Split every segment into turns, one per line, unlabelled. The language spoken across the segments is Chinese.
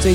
最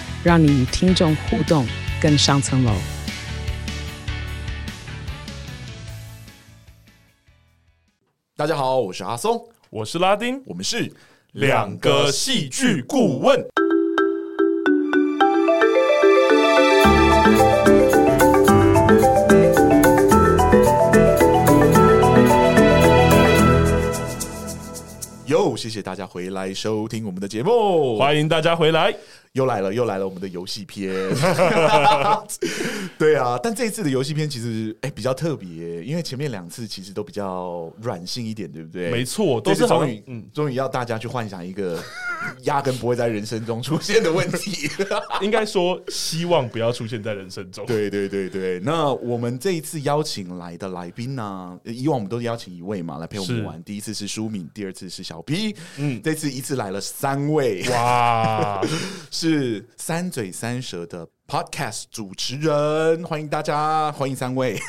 让你与听众互动更上层楼。
大家好，我是阿松，
我是拉丁，
我们是
两个戏剧顾问。
哟，谢谢大家回来收听我们的节目，
欢迎大家回来。
又来了，又来了，我们的游戏 篇。对啊，但这一次的游戏篇其实哎、比较特别，因为前面两次其实都比较软性一点，对不对？
没错，
这
都
次
是好
终
像
于，
嗯，
终于要大家去幻想一个压根不会在人生中出现的问题。
应该说希望不要出现在人生中。
对对对对，那我们这一次邀请来的来宾呢、呃以往我们都邀请一位嘛来陪我们
是
玩，第一次是舒敏，第二次是小 P，嗯，这次一次来了三位，
哇，
是三嘴三舌的 Podcast 主持人，欢迎大家，欢迎三位。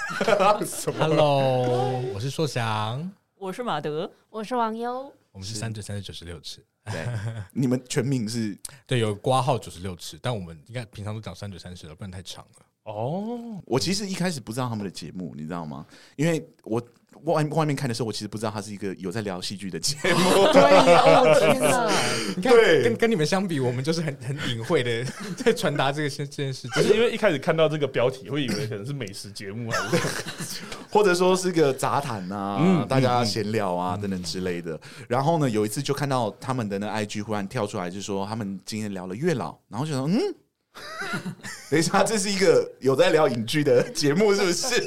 Hello，我是硕翔，
我是马德，
我是 王优，
我们是三嘴三十九十六尺，
对，你们全名是
对，有挂号九十六尺，但我们应该平常都讲三嘴三十了，不然太长了。
哦，
我其实一开始不知道他们的节目，你知道吗？因为我外外面看的时候，我其实不知道它是一个有在聊戏剧的节目。
对，哦天哪，
你看，跟跟你们相比，我们就是很很隐晦的 在传达这个这件事
只
情。
是因为一开始看到这个标题，会以为可能是美食节 目啊还是
或者说是个杂谈啊，大家闲聊啊、等等之类的。然后呢，有一次就看到他们的那 IG 忽然跳出来，就说他们今天聊了月老，然后就想嗯。 等一下，这是一个有在聊影剧的节目，是不是？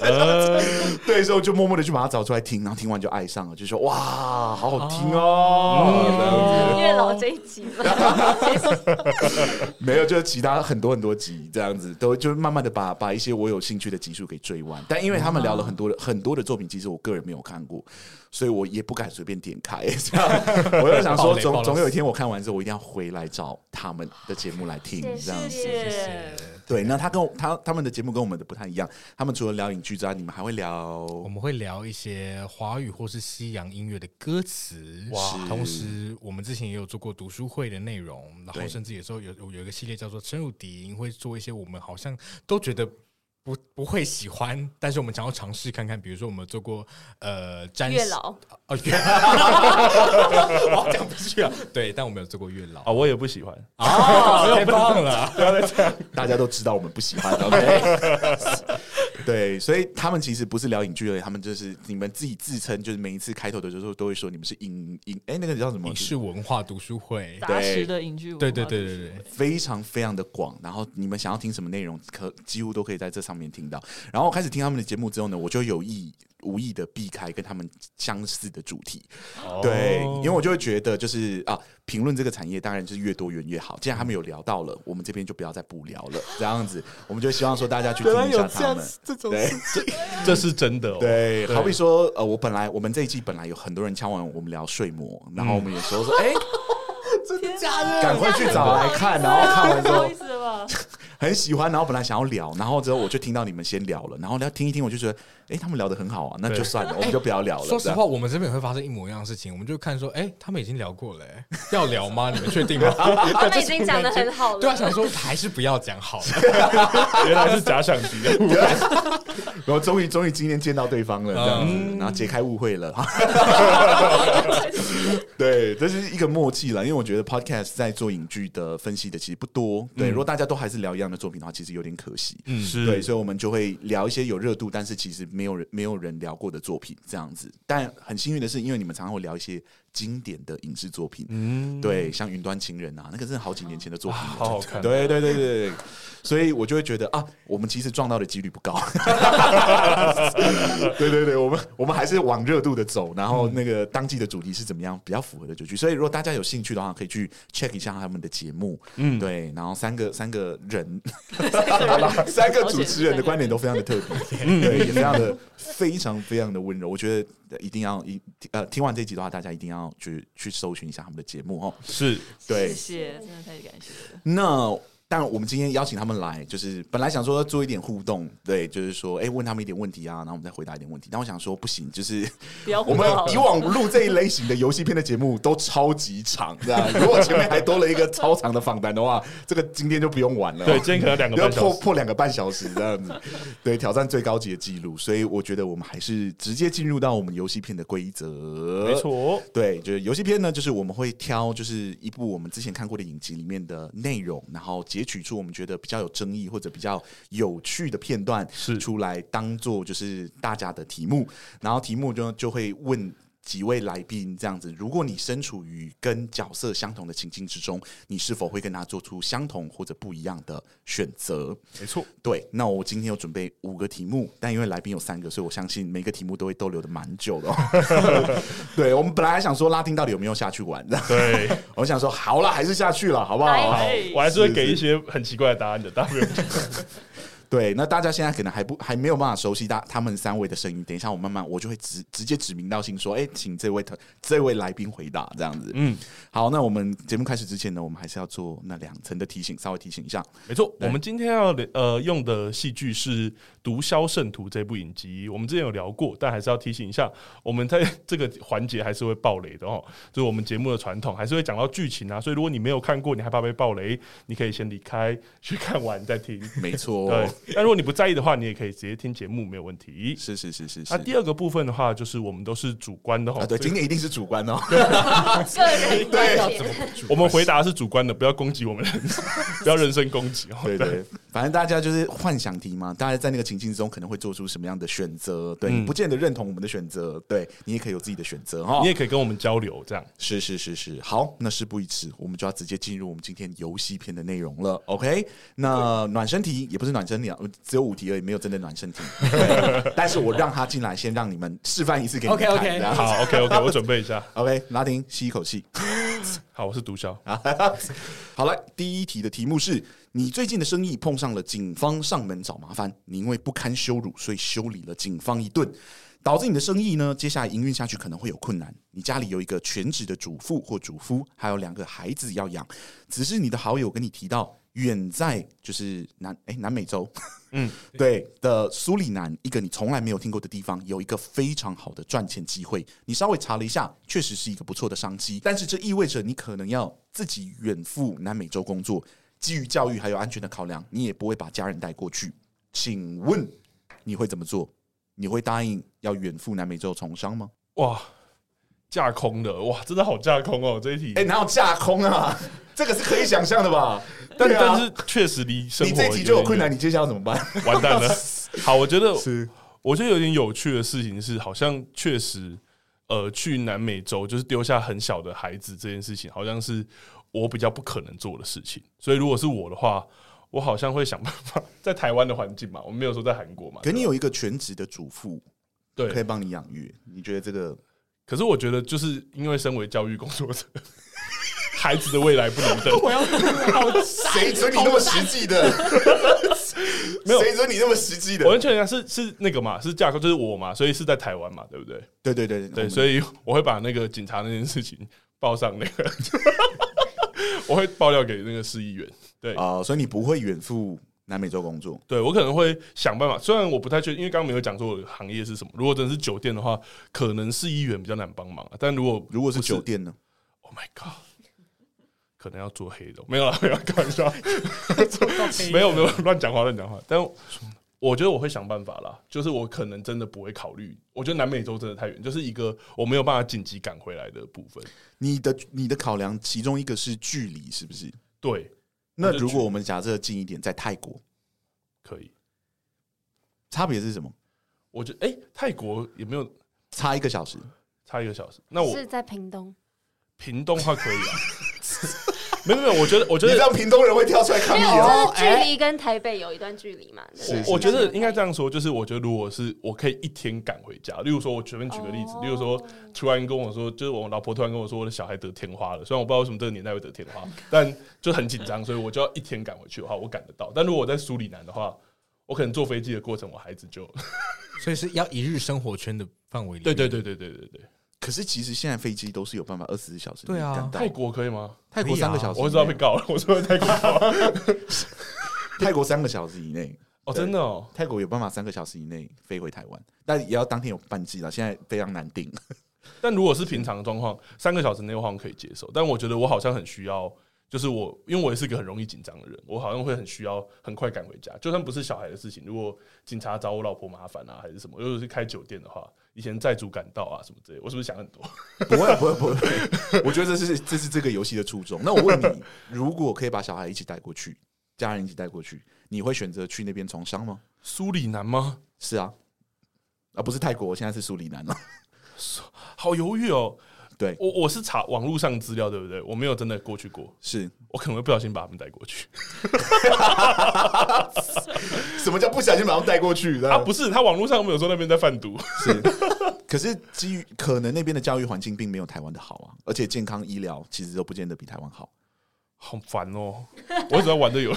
对，所以我就默默的去把它找出来听，然后听完就爱上了，就说哇，好好听哦。
月老这一集了，
这样子没有，就是其他很多很多集这样子，都就是慢慢的把把一些我有兴趣的集数给追完。但因为他们聊了很多的
啊
很多的作品，其实我个人没有看过，所以我也不敢随便点开。这 样，我就想
暴
说，
雷暴
总
雷
总有一天我看完之后，我一定要回来找他们的节目来听。这样子，
谢
谢。
对。那他跟我他他们的节目跟我们的不太一样，他们除了聊影剧之外，你们还会聊
我们会聊一些华语或是西洋音乐的歌词，哇！同时，我们之前也有做过读书会的内容，然后
对
甚至有时候有有有一个系列叫做“深入敌营”，会做一些我们好像都觉得不不会喜欢，但是我们想要尝试看看。比如说，我们有做过呃占
月老，
哦月， 我讲不去啊。对，但我们有做过月老
啊，我也不喜欢。
啊，太棒 了！
大家都知道我们不喜欢，OK？对，所以他们其实不是聊影剧而已，他们就是你们自己自称，就是每一次开头的时候都会说你们是影影，哎、那个叫什么？
影视文化读书会，
杂食的影剧文化
对对对对对，
非常非常的广，然后你们想要听什么内容，可几乎都可以在这上面听到。然后我开始听他们的节目之后呢，我就有意无意的避开跟他们相似的主题，对，因为我就会觉得就是啊，评论这个产业当然就是越多元越好。既然他们有聊到了，我们这边就不要再不聊了，这样子，我们就希望说大家去听一下他们。
这种
对
这是真的 哦。
对，好比说，呃，我本来我们这一季本来有很多人敲完我们聊睡魔，然后我们有时候说，哎、赶快去找来 看，然后看完之
不好
后
意思吧？
很喜欢，然后本来想要聊，然后之后我就听到你们先聊了，然后聊听一听，我就觉得，哎、他们聊得很好啊，那就算了， 我们就不要聊了。
说实
这
话，
样，
我们这边也会发生一模一样的事情，我们就看说，哎、他们已经聊过了、哎 要聊吗？你们确 定吗？
他们已经讲的很好 了，
对啊，想说还是不要讲好了。
原来是假想 敌。
然后终于终于今天见到对方了，这样子，
嗯
然后解开误会了。 对，这是一个默契了，因为我觉得 podcast 在做影剧的分析的其实不多。
嗯
对，如果大家都还是聊一样的作品的话，其实有点可惜。嗯，
是
对，所以我们就会聊一些有热度，但是其实没有人没有人聊过的作品这样子。但很幸运的是，因为你们常常会聊一些经典的影视作品。
嗯，啊
对，像《云端情人》啊，那个真的好几年前的作品了。
好好看
对对对对对，所以我就会觉得啊，我们其实撞到的几率不 高。对对对，我们我们还是往热度的走，然后那个当季的主题是怎么样比较符合的就去。所以如果大家有兴趣的话，可以去 check 一下他们的节目。
嗯，
对，然后三个三个人，
好了 嗯
三个主持人的观点都非常的特别，对，也非常的非常非常的温柔。我觉得一定要一呃听完这集的话，大家一定要去去搜寻一下他们的节目哦。
是
对
谢，谢，真的太感谢了。
那但我们今天邀请他们来，就是本来想说做一点互动，对，就是说，哎、问他们一点问题啊，然后我们再回答一点问题。但我想说，不行，就是
不要
我
胡
们
闹
以
了，
往录这一类型的游戏片的节目都超级长，这样如果前面还多了一个超长的访谈的话，这个今天就不用玩了。
对，今天可能两个
要
半小
破
时。
破两个半小时这 样子，对，挑战最高级的记录，所以我觉得我们还是直接进入到我们游戏片的规则。没
没，错，
对，就是游戏片呢，就是我们会挑就是一部我们之前看过的影集里面的内容，然后截取出我们觉得比较有争议或者比较有趣的片段，
是
出来当做就是大家的题目，然后题目就就会问。几位来宾这样子，如果你身处于跟角色相同的情境之中，你是否会跟他做出相同或者不一样的选择？
没错，
对，那我今天有准备五个题目，但因为来宾有三个，所以我相信每个题目都会逗留的蛮久的、哦。 对，我们本来还想说拉丁到底有没有下去玩的，
对，
我们想说好了，还是下去了，好不好
来？
好
哎，
我还是会
是
给
是
一些很奇怪的答案的，大家不用
对，那大家现在可能还不还没有办法熟悉大他们三位的声音，等一下我慢慢我就会直直接指名道姓说，哎、请这位特这位来宾回答这样子。
嗯，
好，那我们节目开始之前呢，我们还是要做那两层的提醒，稍微提醒一下。
没错，
对
我们今天要聊呃用的戏剧是《毒枭圣徒》这部影集，我们之前有聊过，但还是要提醒一下，我们在这个环节还是会爆雷的哦，就是我们节目的传统，还是会讲到剧情啊，所以如果你没有看过，你害怕被爆雷，你可以先离开去看完再听。
没错，
对，但如果你不在意的话，你也可以直接听节目，没有问题。
是是是是是。
那、啊第二个部分的话，就是我们都是主观的哈、哦
啊，对，今天一定是主观哦。
个人观
对
点，
我们回答是主观的，不要攻 击我们，不要人身攻击哦。
对对，反正大家就是幻想题嘛，大家在那个情境中可能会做出什么样的选择？对，
嗯
你不见得认同我们的选择，对你也可以有自己的选择哈
你。也可以跟我们交流，这样
是是是是，好，那事不宜迟，我们就要直接进入我们今天游戏片的内容了。OK，那暖身题也不是暖身题啊，只有五题而已，没有真的暖身题。对但是我让他进来，先让你们示范一次给你们看。
OK，OK
然后
好，OK OK，我准备一下。
OK，拉丁吸一口气。
好，我是毒枭。
啊好了，第一题的题目是你最近的生意碰上了警方上门找麻烦，你因为不堪羞辱，所以修理了警方一顿，导致你的生意呢，接下来营运下去可能会有困难。你家里有一个全职的主妇或主夫，还有两个孩子要养，只是你的好友跟你提到。远在就是南哎、南美洲，嗯
嗯，
对的苏里南，一个你从来没有听过的地方，有一个非常好的赚钱机会。你稍微查了一下，确实是一个不错的商机，但是这意味着你可能要自己远赴南美洲工作，基于教育还有安全的考量，你也不会把家人带过去。请问你会怎么做？你会答应要远赴南美洲从商吗？
哇，架空的，哇，真的好架空哦，这一题。
哎、哪有架空啊？ 这个是可以想象的吧？
但
对啊
但是确实离生
你
活
这题就有困难，
点
你接下来要怎么办？
远，完蛋了。 好，我觉得
是
我觉得有点有趣的事情是，好像确实，呃，去南美洲就是丢下很小的孩子这件事情，好像是我比较不可能做的事情。所以如果是我的话，我好像会想办法在台湾的环境嘛，我没有说在韩国嘛。
可你
对吧
有一个全职的主妇，可以
对，
帮你养育，你觉得这个
可是我觉得就是因为身为教育工作者， 孩子的未来不能等。
谁准你那么实际 的？
没有
谁准你那么实际的
我？完全一样是是那个嘛，是架构，就是我嘛，所以是在台湾嘛，对不对？
对对对
对，
以
所以我会把那个警察那件事情报上那个， 我会爆料给那个市议员。对，
啊、所以你不会远赴南美洲工作，
对我可能会想办法，虽然我不太确定，因为刚刚没有讲说我的行业是什么。如果真的是酒店的话，可能市议员比较难帮忙、啊，但如果
如果是
不
酒店呢？
，Oh my God，可能要做黑的，没有啦，没 有啦开玩笑，没有没有乱讲话乱讲话，但我觉得我会想办法啦，就是我可能真的不会考虑，我觉得南美洲真的太远，就是一个我没有办法紧急赶回来的部分。
你的你的考量其中一个是距离，是不是？
对，
那
那就
如果
距
我们假设近一点，在泰国，
可以，
差别是什么？
我觉得哎、泰国也没有
差一个小时，
差一个小时，那我
是在屏东，
屏东话可以啊。没有没有，我觉得我 觉
你
得
这样屏东人会跳出来抗
没
议
有，
哦。
就是距离跟台北有一段距离嘛。对不对
是
哎我觉得应该这样说，就是我觉得如果是我可以一天赶回家，例如说，我随便举个例子
哦，
例如说，突然跟我说，就是我老婆突然跟我说我的小孩得天花了，虽然我不知道为什么这个年代会得天花，但就很紧张，所以我就要一天赶回去的话，我赶得到。但如果我在苏里南的话，我可能坐飞机的过程，我孩子就
所以是要一日生活圈的范围里
对对
面。
对对对对对，
可是其实现在飞机都是有办法二十四小时
对啊
赶到
泰国可以吗？
泰国
可以啊
三个小时以内，
我会知道被告了，我说泰国
泰国三个小时以内，
哦，真的哦，
泰国有办法三个小时以内飞回台湾，但也要当天有班机了，现在非常难定。
但如果是平常的状况，三个小时内的话我可以接受，但我觉得我好像很需要，就是我因为我也是个很容易紧张的人，我好像会很需要很快赶回家，就算不是小孩的事情，如果警察找我老婆麻烦啊，还是什么，如果是开酒店的话，以前债主赶到啊什么之类，我是不是想很多？
不会不会不会，我觉得这是这是这个游戏的初衷。那我问你，如果可以把小孩一起带过去，家人一起带过去，你会选择去那边从商吗？
苏里南吗？
是啊，啊不是泰国，现在是苏里南啊了。
好犹豫哦。
对
我我是查网络上资料，对不对？我没有真的过去过，
是
我可能会不小心把他们带过去
什么叫不小心把他们带过去？
啊！不是，他网络上没有说那边在贩毒，
是，可是基于可能那边的教育环境并没有台湾的好啊，而且健康医疗其实都不见得比台湾好。
好烦哦！ 我只要玩的有。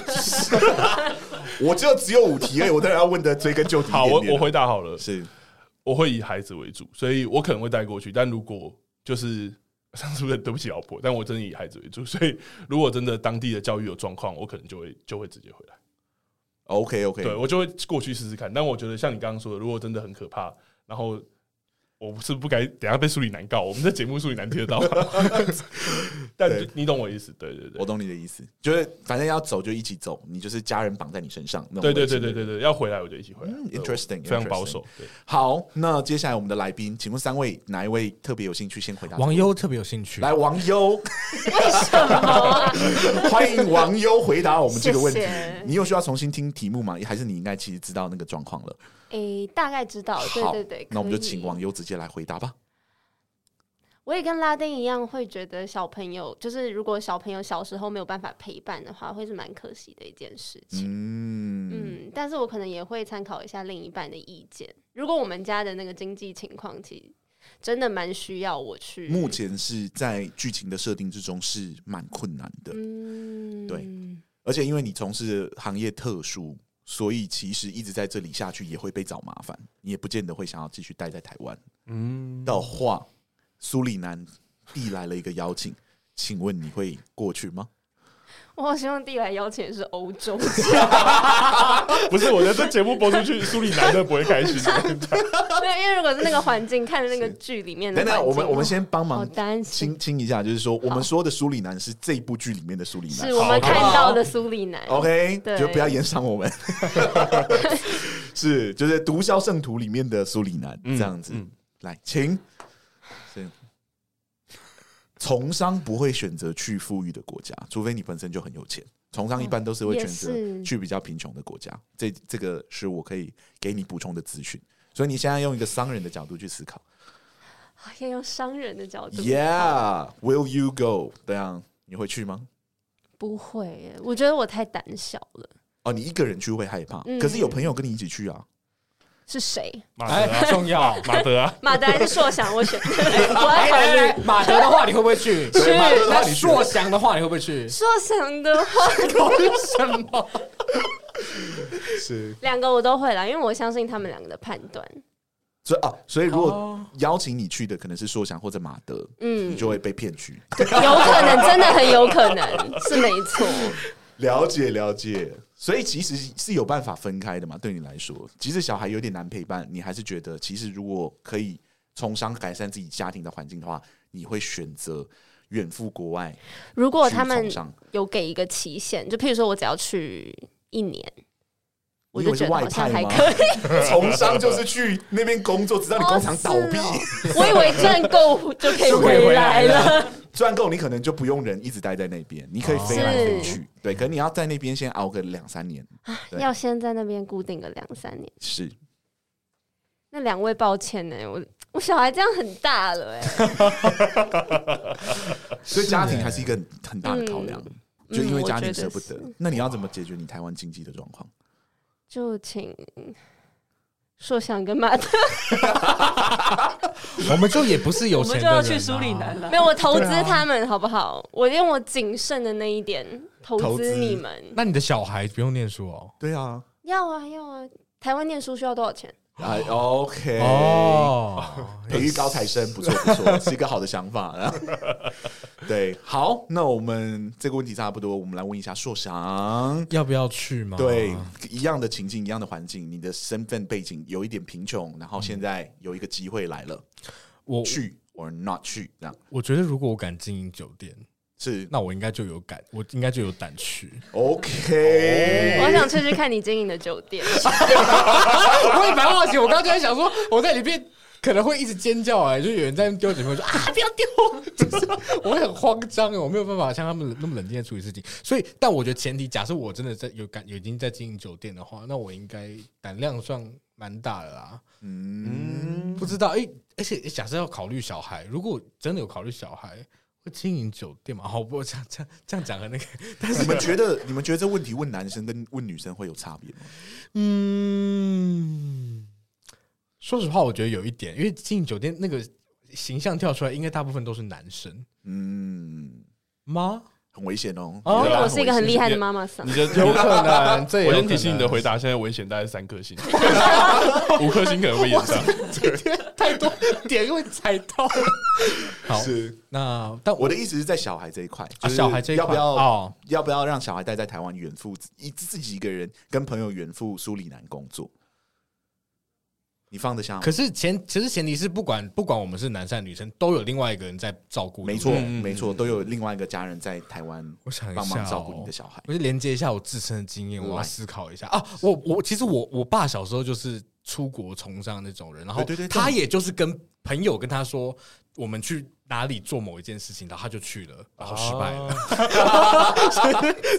我就只有五题而已，我当然要问的追根究底一
好，
点
我
点
我回答好了。
是
我会以孩子为主，所以我可能会带过去。但如果就是上次对不起老婆，但我真的以孩子为主，所以如果真的当地的教育有状况，我可能就会就会直接回来，
OK
对
OK，
我就会过去试试看。但我觉得像你刚刚说的，如果真的很可怕，然后。我是不该等一下被苏里南告，我们在节目苏里南听得到吗， 但
对
你懂我意思，对对对
我，懂你的意思，就是反正要走就一起走，你就是家人绑在你身上。那种
对对
类型
对
的
对对对，要回来我就一起回来
嗯
对我
，interesting，
非常
interesting
保守，对，
好，那接下来我们的来宾，请问三位哪一位特别有兴趣？先回答。
网友特别有兴趣，
来，王优，
为什么？
欢迎王优回答我们这个问题
谢谢。
你有需要重新听题目吗？还是你应该其实知道那个状况了？
诶，大概知道，对
好
对对。
那我们就
可以
请网。友直接来回答吧。
我也跟拉丁一样，会觉得小朋友就是如果小朋友小时候没有办法陪伴的话，会是蛮可惜的一件事情。
嗯，
嗯，但是我可能也会参考一下另一半的意见。如果我们家的那个经济情况，其实真的蛮需要我去。
目前是在剧情的设定之中是蛮困难的。
嗯，
对而且因为你从事的行业特殊，所以其实一直在这里下去也会被找麻烦，你也不见得会想要继续待在台湾
嗯，
的话，苏里南递来了一个邀请，请问你会过去吗？
我好希望地来邀请的是欧 洲，
不是，我觉得这节目播出去，苏里南都不 会开心，
对，因为如果是那个环境，看嗯着那哦个剧里面的
等等，
环
我
境
们我们先帮
好
忙
担
清
心，
清一下，就是说我们说的苏里南是这部剧里面的苏里南
是我们
好好
看
好
到的苏里南。
，OK，
对
就不要延上我们， 是就是《毒枭圣徒》里面的苏里南这样子。
嗯
来，请。是，从商不会选择去富裕的国家，除非你本身就很有钱。从商一般都是会
哦也
选择
是
去比较贫穷的国家。这这个是我可以给你补充的资讯。所以你现在用一个商人的角度去思考
啊要用商人的角度好
，Yeah，will you go？这样你会去吗？
不会耶，我觉得我太胆小了。
哦，你一个人去会害怕，
嗯
可是有朋友跟你一起去啊。
是谁？
马
哎
德啊，
重要。
马德啊，
马德还是硕翔？我选，我
哎
要考
哎
虑
哎 马德的话你会不会去？
对马德的话
那
你去
硕翔的话你会不会 去？
硕翔的话，
什 么？
是，
两个我都会啦，因为我相信他们两个的判断。
所以啊，所以如
哦
果邀请你去的可能是硕翔或者马德，
哦嗯
你，就会 被骗去。
有可能，真的很有可能是没错。
了解了解，所以其实是有办法分开的嘛。对你来说，即使小孩有点难陪伴，你还是觉得其实如果可以从商改善自己家庭的环境的话，你会选择远赴国外
如果
去
他们
从商。
有给一个期限，就譬如说我只要去一年，我
你以
就
为是
觉得
外
好像
派
还
吗？
可 以。
从商就是去那边工作，直到你工厂倒闭，
哦我以为赚够就可以
就可以回
回
来
来 了。
赚够你可能就不用人一直待在那边，你可以飞来飞
哦
去。对，可你要在那边先熬个两三年，对
要先在那边固定个两三年，
是
那两位抱歉呢、我我小孩这样很大了哎、
所以家庭还是一个很很大的考量，
嗯
就因为
嗯
家庭
我觉
舍
得
不得
是。
那你要怎么解决你台湾经济的状况？
就请硕想跟马特，
我们就也不是有
我
钱
们
的
就
人、啊，
要去苏里南了。
没有我投资
对啊
他们好不好？我用我谨慎的那一点投
投
资
资
你们，
那你的小孩不用念书 哦。
对啊，
要啊要啊！台湾念书需要多少钱？
哎，OK，
哦，
培育高材生不错不 错，是一个好的想法。 对，好，那我们这个问题差不多，我们来问一下硕翔。
要不要去吗？
对，一样的情境，一样的环境，你的身份背景有一点贫穷，然后现在有一个机会来了，
我
去 or not 去，这样
我觉得如果我敢经营酒店，
是
那我应该就有敢，我应该就有胆去。
OK。
我想去去看你经营的酒 店。
我也蛮好奇，我刚刚就在想说，我在里面可能会一直尖叫哎、就有人在丢纸片，我说啊不要丢， 就是我会很慌张哎，我没有办法像他们那么冷静的处理事情。所以，但我觉得前提，假设我真的在有感有已经在经营酒店的话，那我应该胆量算蛮大的啦。
嗯，
不知道哎、而且假设要考虑小孩，如果真的有考虑小孩。会经营酒店嘛？好，不，这样这样这样讲很那个，但是
你们觉得你们觉得这问题问男生跟问女生会有差别吗？
嗯，说实话，我觉得有一点，因为进酒店那个形象跳出来，应该大部分都是男生
嗯，
吗？
很危险哦。
哦
因为
对啊
我是一个很厉害的
我
妈妈桑
你，的
有可能，这也有
我
可
先
能
提醒你的回答，现在危险大概三颗星，五颗星可能会延上。
今天太多点会踩到。好，
是
那但
我
我
的意思是在小孩这一块，
啊
就是
小孩这一块
要不要、
哦
要不要让小孩待在台湾远赴一自己一个人跟朋友远赴苏里南工作？你放得下吗？
可是前其实前提是不管不管我们是男生还是女生，都有另外一个人在照顾。
没错，
对不对
嗯
没错，都有另外一个家人在台湾
我想一下、
帮
哦，
忙照顾你的小孩。
我就连接一下我自身的经验，我要
来
思考一下啊。我我其实我我爸小时候就是出国崇尚那种人，然后
对对对对
他也就是跟朋友跟他说，我们去哪里做某一件事情，然后他就去了，然后失败了。
哦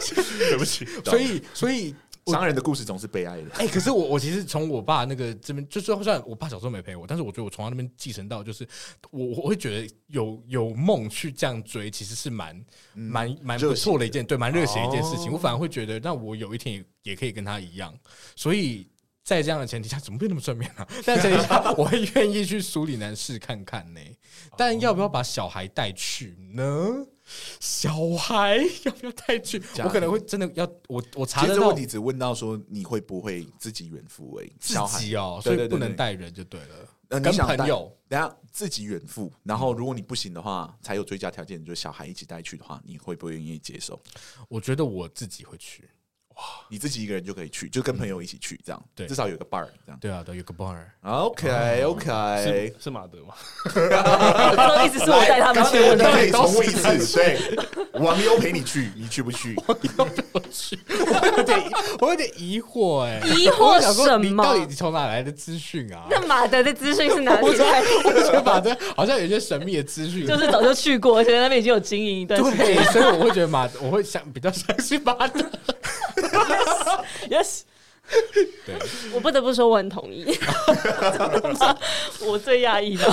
对不起，
所以所以哦我
商人的故事总是悲哀的。
哎、可是我我其实从我爸那个这边，就算虽然我爸小时候没陪我，但是我觉得我从他那边继承到，就是我我会觉得有有梦去这样追，其实是蛮
嗯
蛮蛮不错的一件，对，蛮热血的一件事
哦
情。我反而会觉得，那我有一天也也可以跟他一样，所以。在这样的前提下，怎么变那么正面啊？ 在前提下，我会愿意去苏里南市看看呢、
哦
但要不要把小孩带去呢？小孩 要不要带去？
家
我可能
庭
会真的要我我
其
查
实
得
这
到
问题只问到说你会不会自己远赴而已，
自
小孩
己哦，
对
所以
对对
不能
对
带人就对了，
呃你
跟
想带
朋友。
等一下自己远赴，然后如果你不行的话，才有追加条件，就是小孩一起带去的话，你会不会愿意接受？
我觉得我自己会去。
你自己一个人就可以去，就跟朋友一起去，这样，
对
至少有个伴儿，这样。
对啊，对，有个 bar。
OK OK，
哎
是是马德吗？
说一直是我带他们去，我
可以 重问一次，对，网友陪你去，你去不 去？
我有点， 我有点疑惑哎、
疑
我
惑
想说
什
你到底
么？
你从哪来的资讯啊？
那马德的资讯是哪里来的？
我觉得马德好像有一些神秘的资讯，
就是早就去过，而且在那边已经有经营一段时间。
对，所以我会觉得马，我会想比较相信马德。
Yes，
对，
我不得不说，我很同意。
我最讶异的。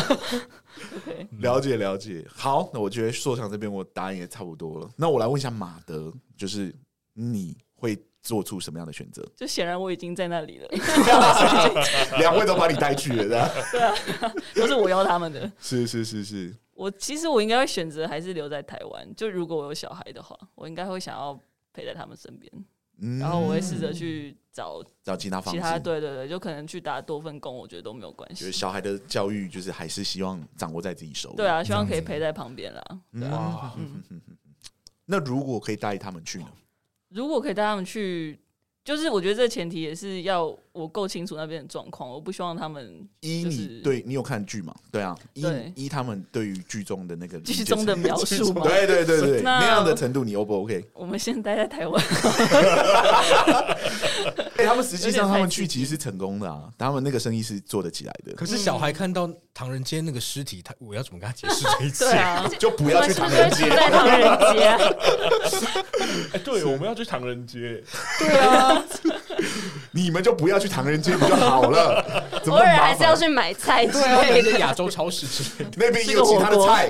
了解了解。好，那我觉得硕强这边我答案也差不多了。那我来问一下马德，就是你会做出什么样的选择？
就显然我已经在那 里了，
两位都把你带去了，这样
都是我邀他们的。
是是是是，
我其实我应该会选择还是留在台湾，就如果我有小孩的话，我应该会想要陪在他们身边，
嗯
然后我会试着去找
找其他方
其他，
式。
对对对，就可能去打多份工，我觉得都没有关
就是
系。
小孩的教育，就是还是希望掌握在自己手里。嗯
对啊，希望可以陪在旁边啦。对啊，
哇，嗯那如果可以带他们去呢？
如果可以带他们去，就是我觉得这前提也是要我够清楚那边的状况，我不希望他们
依
就
你
是
对你有看剧嘛？对啊，依
对
依他们对于剧中的那个理解
剧中的描述吗？
对对对对，
那
那样的程度你 O 不 OK？
我们先待在台湾，
哎，他们实际
有点
上
太
他们
刺
去其实是成功的啊，他们那个生意是做得起来的，
可是小孩看到唐人街那个尸体，他我要怎么跟他解释这一切
对？ 啊，
就不
我
要
们
去
是不
唐
是会
人
住
街。
在唐人街啊？
哎，对，我们要去唐人街，
对啊，
你们就不要去唐人街不就好了？怎
偶
么那么
尔
麻
还是要
烦？
去买菜之
对啊，
类的。
在亚洲超市之类的。
那边也有其他的菜，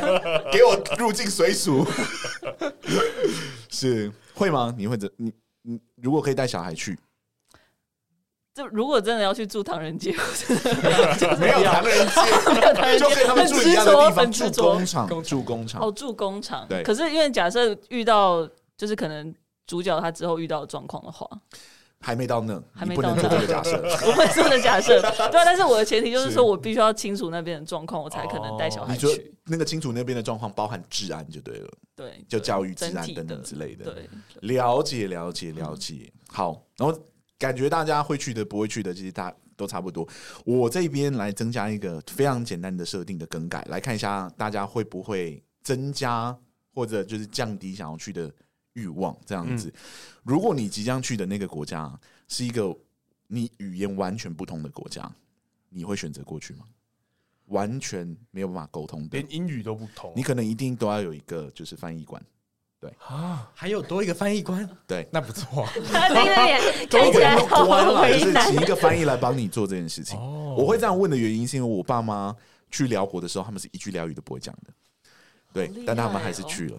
给我入境随俗。 是会吗？你会怎？你你如果可以带小孩去，
就如果真的要去住唐人街，
没有唐人街， 就跟他们住一样的地方，
很
住
执着
工厂，住工
哦，
厂。
住工厂。
对
可是因为假设遇到就是可能主角他之后遇到的状况的 话，
还没到那，
还
你
没
不能
到
做这
那
个假设。
我会做的假设，
哦
对啊。但是我的前提就是
是
说我必须要清楚那边的状况，我才可能带小孩
你说
去。
那个清楚那边的状况包含治安就对了，
对，
就
对
教育治
整
安
体
等等之类的
对，
了解了解了解。好，然后感觉大家会去的不会去的，其实大都差不多。我这边来增加一个非常简单的设定的更改，来看一下大家会不会增加或者就是降低想要去的欲望。这样子，如果你即将去的那个国家是一个你语言完全不同的国家，你会选择过去吗？完全没有办法沟通的，
连英语都不同。
你可能一定都要有一个就是翻译官。
啊还有多一个翻译官，
对
那不错啊。
他盯着眼，看起来好
就
为
是
难
请。一个翻译来帮你做这件事情。
哦
我会这样问的原因，是因为我爸妈去辽国的时候，他们是一句辽语都不会讲的，对
好厉害，
但他们还是
哦
去了。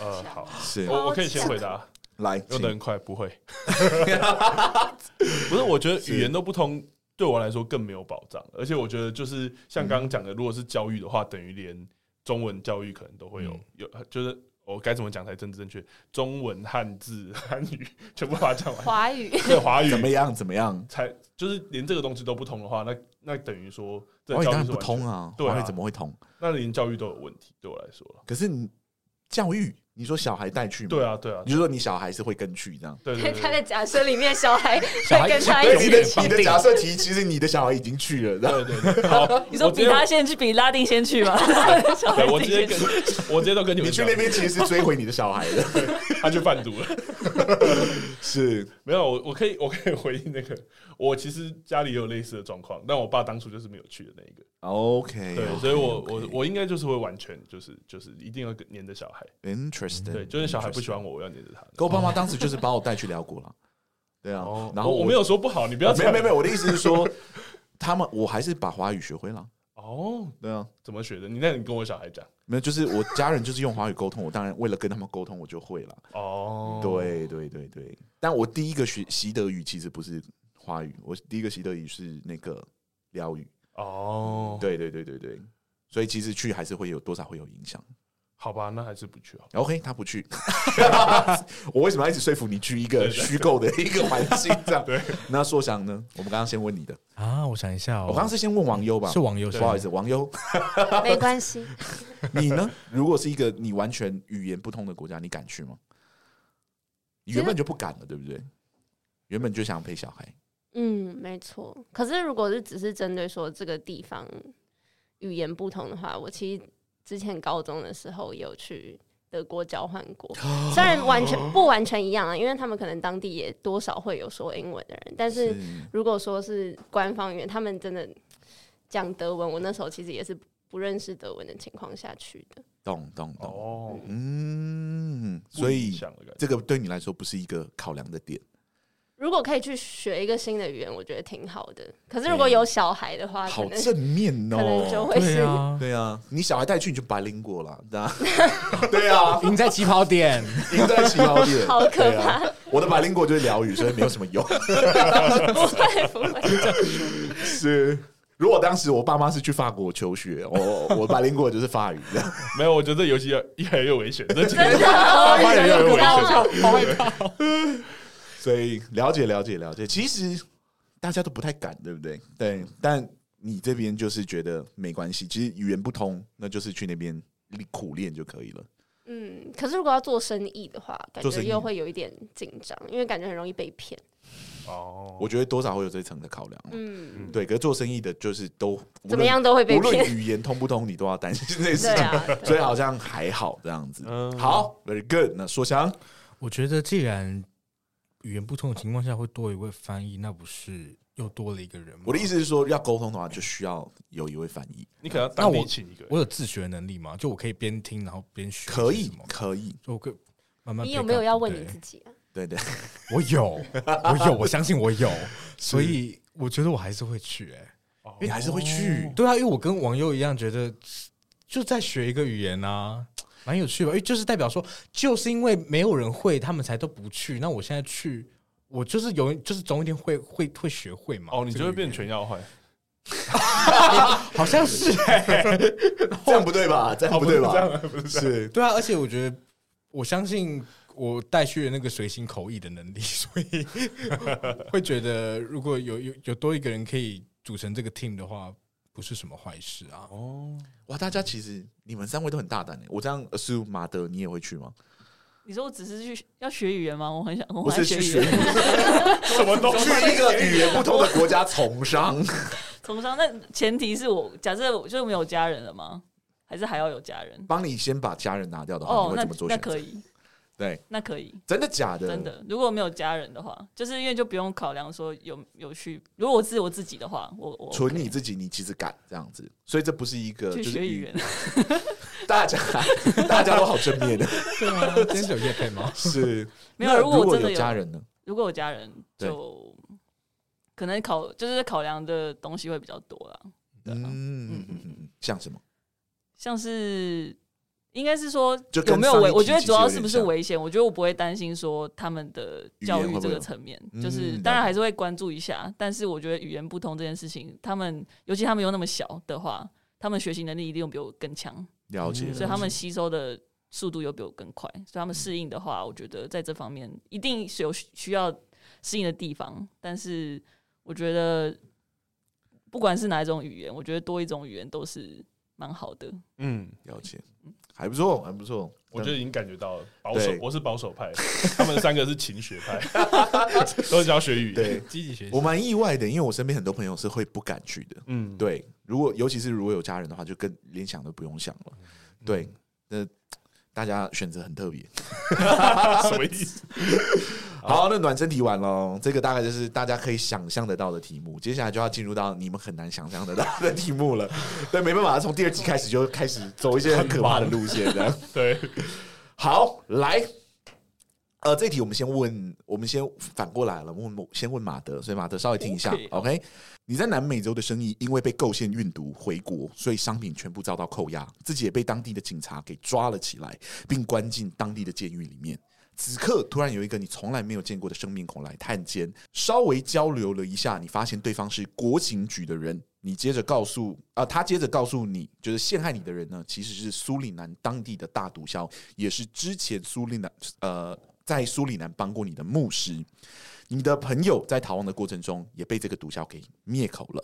呃，好，
是
我我可以先回答，
来，
用的很
请
快，不会。不是，我觉得语言都不通，对我来说更没有保障。而且我觉得就是像刚刚讲的，如果是教育的话，等于连中文教育可能都会有
嗯
有，就是我该怎么讲才政治正确？中文、汉字、汉语全部把它讲完，
华语
对华语
怎么样？怎么样？
才就是连这个东西都不通的话，那那等于说这
华
个
语当
教
然
育是
不
完全
通，啊，
对啊
华语怎么会通？
那连教育都有问题，对我来说了。
可是你教育，你说小孩带去吗？
对，啊，对啊，
你就说你小孩是会跟去这样。
对对 对
他的假设里面，小孩
小孩
会跟
哎
他
对
一
你的你
永远绑
起
的
定
假设题，其实你的小孩已经去了，然后
对对对，好，
你说
我直
比
接
他先去，比拉丁 先去吗？小孩
对我直
自
接
己先
跟，我直接都跟你
你
们
去
讲，
那边其实是追回你的小孩的，
他去贩毒了。
是
没有，我我可以我可以回应那个，我其实家里也有类似的状况，但我爸当初就是没有去的那一个，
哎 OK，哦
对，所以我我我应该就是会完全就是就是一定要跟黏着小孩，
interesting，
对，就是小孩不喜
interesting
欢我，我要黏着他。
可我爸妈当时就是把我带去辽国了，对啊，然后啊
哦我我没有说不好，你不要
没有没有没
有
有，我的意思是 说，他们我还是把华语学会了，
哦，
对啊，
怎么学的？你那你跟我小孩讲
没有，就是我家人就是用华语沟通，我当然为了跟他们沟通，我就会了，
哦，
对对对对，但我第一个学习德语其实不是华语，我第一个习德语是那个辽语，
哦，
对对对对对，所以其实去还是会有多少会有影响。
好吧，那还是不去好了。
OK，他不 去，我为什么要一直说服你去一个虚构的一个环境这 样？那硕翔呢？我们刚刚先问你的，
啊，我想一下哦，
我刚刚是先问网友吧，
是网友，
不好意思，，网 友，
没关系，
你呢？如果是一个你完全语言不通的国家，你敢去吗？你原本就不敢了，对不对？原本就想陪小孩，
嗯，没错。可是如果是只是针对说这个地方语言不同的话，我其实之前高中的时候有去德国交换过，虽然完全不完全一样啊，因为他们可能当地也多少会有说英文的人，但是如果说是官方语言，他们真的讲德文，我那时候其实也是不认识德文的情况下去的。
懂懂懂，
哦，
嗯，所以
想的感觉
这个对你来说不是一个考量的点。
如果可以去学一个新的语言，我觉得挺好的。可是如果有小孩的话，啊可
好
能
正面
可能就
哦。
会是、
啊，
对啊，你小孩带去你就白领过了，对 啊，对啊，
赢在起跑点，
赢在起跑点，
好可
对啊。我的白领过就是疗愈，所以没有什么用。
不会不
啊
会，
是，如果当时我爸妈是去法国求学，我我白领过就是法语这样。
没有，我觉得这游戏要越来越危险，这几个
真的我
越来
也
越危
想
险，
到了。
好害怕。
所以了解了解了解，其实大家都不太敢，对不对？对，但你这边就是觉得没关系，其实语言不通，那就是去那边苦练就可以了。
嗯，可是如果要做生意的话，感
做生
觉
意
又会有一点紧张，因为感觉很容易被骗。
哦，
我觉得多少会有这层的考量。啊
嗯，
对，可是做生意的就是都无论
怎么样都会被
无论
骗。
语言通不通，你都要担心这件事
对
情。
啊，对啊
所以好像还好这样子。
嗯
好，very good。那说翔，
我觉得既然语言不通的情况下会多一位翻译，那不是又多了一个人吗？
我的意思，是说，要沟通的话，就需要有一位翻译。
你可能要当
那
地
我
请一个人，
我有自学能力吗？就我可以边听然后边学，
可以
吗？，
可以。
就我可以慢慢。
你有没有要问你自？己啊？
对对，
我有，我有，我相信 我有，所以我觉得我还是会去、欸。哎，
你还是会去
哦
对啊，因为我跟网友一样，觉得就在学一个语言啊，蛮有趣吧？因为就是代表说，就是因为没有人会，他们才都不去。那我现在去，我就是有，就是总有一天会会会学会嘛。
哦，你
这
就
个
会
语
变
言
全要坏，
好像是哎、
这样不对吧？
哦
这样哦不对吧？
是 对啊，而且我觉得，我相信我带去的那个随行口译的能力，所以会觉得如果有有有多一个人可以组成这个 team 的话，不是什么坏事啊。
哦，
哇，大家其实你们三位都很大胆欸诶。我这样 assume 马德你也会去吗？
你说我只是去要学语言吗？我很想，我
不
很爱
是去
语
学
言，
什么东
去
西？
一个语言不通的国家从 商，
从商。那前提是我假设我就是没有家人了吗？还是还要有家人？
帮你先把家人拿掉的话，你
哦，
会
那
怎么做
那
选择？
可以，
对，
那可以。
真的假的？
真。的，如果没有家人的话，就是因为就不用考量说有有去。如果我是我自己的话，我我
纯你自己，你其实敢这样子，所以这不是一个
去
就是
学语言，啊
大 家大家都好正面的，
对啊，今天是有夜配吗？
是
没有啊
那
如果我真的
有
有
家人呢？
如果有家人
对
就可能考就是考量的东西会比较多啦，对啊
嗯嗯嗯嗯，像什么？
像是应该是说
就跟
有没有
上一
危，
题
我觉得
其实
主要
有
是
点
不是
像
危险，我觉得我不会担心说他们的
语
教
言会
育
不
这
会
个
有
层面，
嗯
就是当然还是会关注一下，但是我觉得语言不通这件事情，他们尤其他们又那么小的话，他们学习能力一定比我更强，
了解，
嗯
所
了
以他们
解
吸收的。速度又比我更快，所以他们适应的话，我觉得在这方面一定是有需需要适应的地方。但是我觉得，不管是哪一种语言，我觉得多一种语言都是蛮好的。
嗯，
了解，还不错，还不错。
我觉得已经感觉到了保守
嗯对，
我是保守派，他们三个是勤学派，都是要学语言。
对
积极学
我蛮意外的，因为我身边很多朋友是会不敢去的。
嗯，
对，如果尤其是如果有家人的话，就更连想都不用想了。对，那大家选择很特别。
什么意思？
好，那暖身题完了，这个大概就是大家可以想象得到的题目。接下来就要进入到你们很难想象得到的题目了。对，没办法，从第二季开始就开始走一些很可怕的路线的。
对，
好，来，呃，这题我们先问，我们先反过来了，问先问马德，所以马德稍微听一下
OK
，OK？你在南美洲的生意因为被构陷运毒回国，所以商品全部遭到扣押，自己也被当地的警察给抓了起来，并关进当地的监狱里面。此刻突然有一个你从来没有见过的生面孔来探监，稍微交流了一下，你发现对方是国情局的人。你接着告诉啊、他接着告诉你，就是陷害你的人呢，其实是苏里南当地的大毒枭，也是之前苏里南呃在苏里南帮过你的牧师。你的朋友在逃亡的过程中也被这个毒枭给灭口了。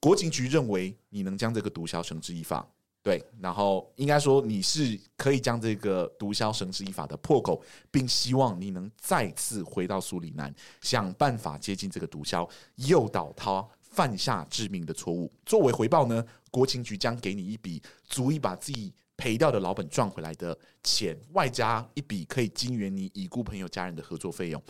国情局认为你能将这个毒枭绳之以法，对，然后应该说你是可以将这个毒枭绳之以法的破口，并希望你能再次回到苏里南，想办法接近这个毒枭，诱导他犯下致命的错误。作为回报呢，国情局将给你一笔足以把自己赔掉的老本赚回来的钱，外加一笔可以金援你已故朋友家人的合作费用。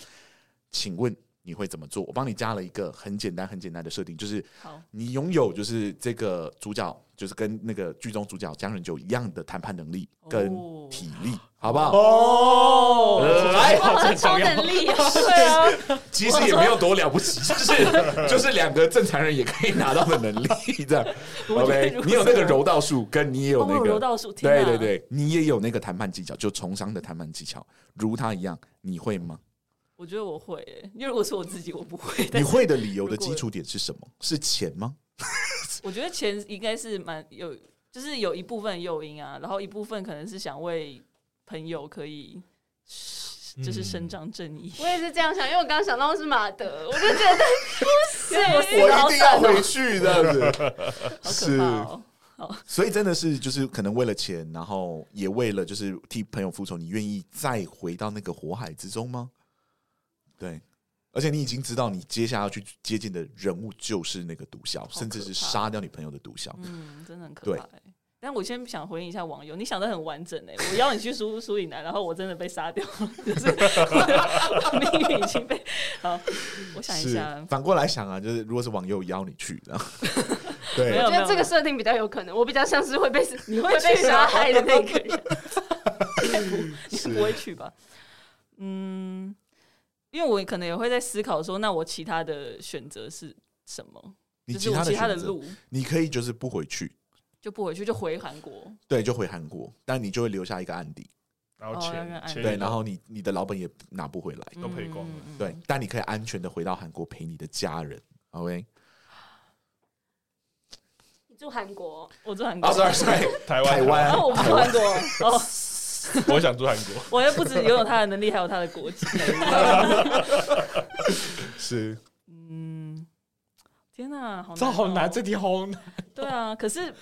请问你会怎么做？我帮你加了一个很简单、很简单的设定，就是
好，
你拥有就是这个主角，就是跟那个剧中主角江仁九一样的谈判能力跟
哦
体力，好不好？
哦
哎
来，
哇，超能力啊！
对啊，
其实也没有多了不 起，就是就是两个正常人也可以拿到的能力，这样。
我觉得
OK，
如果
你有那个
是我
柔道术，跟你也 有
哦
那
我
个
柔道术，天
对对，
哪
对，你也有那个谈判技巧，就从商的谈判技巧，如他一样，你会吗？
我觉得我会耶，因为如果是我自己，我不会。但
你
是
会的理由的
如果
基础点是 什么？是钱吗？
我觉得钱应该是蛮有，就是有一部分诱因啊，然后一部分可能是想为朋友可以，就是伸张正 义。
我也是这样想，因为我刚刚想到是马德，我就觉得不行，
我
啊
一定要回去这样子。
好可怕哦！
所以真的是就是可能为了钱，然后也为了就是替朋友复仇，你愿意再回到那个火海之中吗？对，而且你已经知道你接下来要去接近的人物就是那个毒枭，
怕
甚至是杀掉你朋友的毒枭。
嗯， 真的很可怕耶。但我先想回应一下网友，你想的很完整哎、我邀你去苏苏里南，然后我真的被杀掉了，就是 我的我的命运已经被好。我想一
是
下，
反过来想啊，就是如果是网友邀你去 的，
没
对
有
我觉得这个设定比较有可能，我比较像是会被
你会
会被
去
杀
吗
害的那个人。
你不会去吧？嗯，因为我可能也会在思考说，那我其他的选择是什么？
你
就是我
的
其他的
选择，
路
你可以就是不回去，
就不回去，就回韩国。
对，就回韩国，但你就会留下一个案底，
然后
哦那个
钱
案
钱
对
对，然后你你的老本也拿不回来，
都赔光了。
嗯
对，但你可以安全的回到韩国陪你的家人，OK？
你住韩国，
我住韩国
啊，，sorry sorry，
台湾
台，湾
啊，我不住韩国
台
哦，
湾我想住韩国，
我又不止拥有他的能力，还有他的国籍。
是
嗯，天哪、好
这
难、哦
好难，这。题好难。
对啊，可是，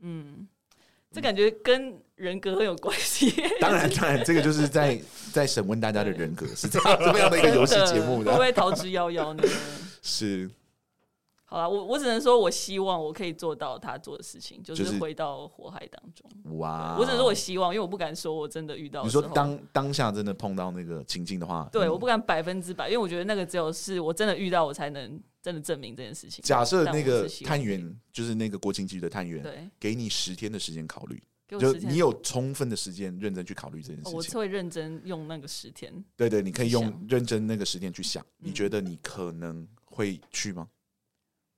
嗯，这感觉跟人格很有关系。
当然，当然，这个就是在在审问大家的人格，是这样这么样的一个游戏节目
真会不
的，
会逃之夭夭呢？
是
好啦，我我只能说，我希望我可以做到他做的事情，就
就是
是回到火海当中。
哇。
我只能说我希望，因为我不敢说我真的遇到的
你
时候。
说当当下真的碰到那个情境的话，
对，
嗯
我不敢百分之百，因为我觉得那个只有是我真的遇到，我才能真的证明这件事情。
假设
但
那
我
个
是希望
探员就是那个国情局的探员，
对，
给你十天的时间考虑，
给我
就
十天
你有充分的时间认真去考虑这件
哦
事
我
情。
会认真用那个十天。
对对，你可以用
想
认真那个时间去想，你
嗯
觉得你可能会去吗？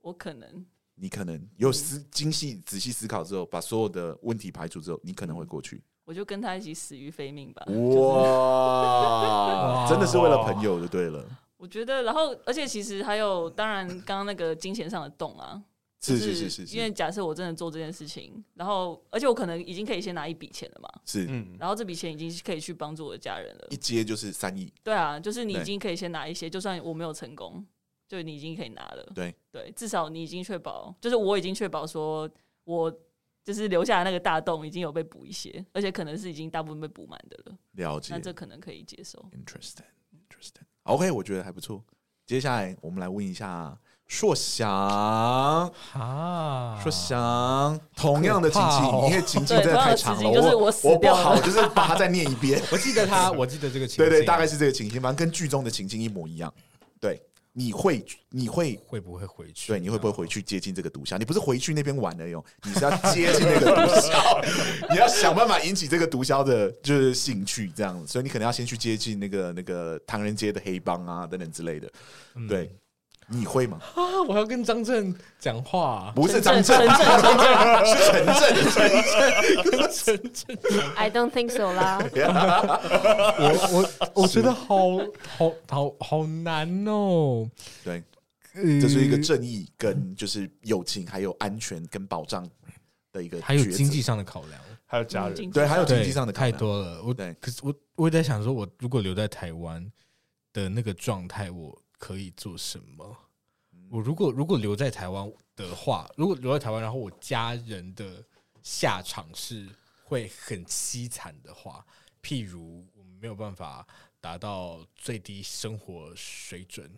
我可能
你可能有思精细仔细思考之后，把所有的问题排除之后，你可能会过去。
我就跟他一起死于非命吧。就是
哇，真的是为了朋友就对了，
我觉得，然后而且其实还有，当然刚刚那个金钱上的洞啊，
是
就是
是是
因为
是
假设我真的做这件事情，然后而且我可能已经可以先拿一笔钱了嘛，
是，
嗯，
然后这笔钱已经是可以去帮助我的家人了
一。接就是三亿，
对啊，就是你
对
已经可以先拿一些，就算我没有成功，就你已经可以拿了。
对
对，至少你已经确保，就是我已经确保说我就是留下的那个大洞已经有被补一些，而且可能是已经大部分被补满的了，
了解
那。这可能可以接受。
Interesting, interesting. OK，我觉得还不错。接下来我们来问一下硕翔，
啊
说想同样的情
可怕
境，
哦
因为情境
对
真的
同样
太
的
长
情
了，
境就是
我
我死
我不
掉了
好，就是把它再念一 遍。
我记 得他，我记得这个情
对
境，
对，大概是这个情境，反正跟剧中的情境一模一样。对，你会你会
会不会回去？
对你会不会回去接近这个毒枭？你不是回去那边玩而已哦，你是要接近那个毒枭， 你要想办法引起这个毒枭的就是兴趣这样子，所以你可能要先去接近那个那个唐人街的黑帮啊等等之类的。
嗯
对，你会吗？
啊！我要跟张震讲话，
不是张震，
陈正陈正
是陈震。
I don't think so 啦。
我我我觉得好好好好难哦。
对，
呃
这是一个正义跟就是友情，还有安全跟保障的一个抉择，
还有经济上的考量，
还有家
嗯
人
经，济
对，还有
上
经
对，
济上的考
太
量。
多了。我
对
可是我我也在想说，我如果留在台湾的那个状态，我可以做什么？
嗯
我如果如果留在台湾的话，如果留在台湾，然后我家人的下场是会很凄惨的话，譬如我们没有办法达到最低生活水准，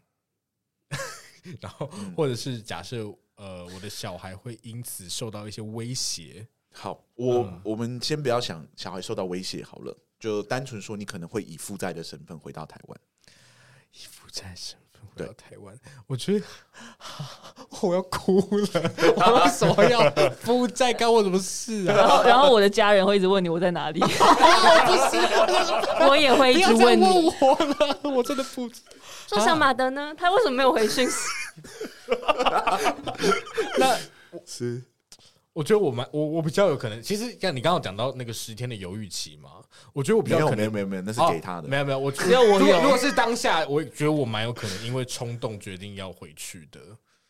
然后
嗯
或者是假设呃我的小孩会因此受到一些威胁，
好，我、
嗯
我们先不要想小孩受到威胁好了，就单纯说你可能会以负债的身份回到台湾。
负债身份
对
回到台湾，我觉得 我要哭了。我为什么要负债？干我什么事
然
啊？
后，然后我的家人会一直问你我在哪里，我也会
不
一直
要再
问
问
你。
我了，我真的不知道。
说小马德呢？他为什么没有回讯息？
那
是，
我觉得我蛮我我比较有可能，其实像你刚刚有讲到那个十天的犹豫期嘛，我觉得我比
没
较
有没
可能
有没有没有，那是
哦
给他的。
没有没有，我只
有我
如果
有
如果是当下，我觉得我蛮有可能因为冲动决定要回去的。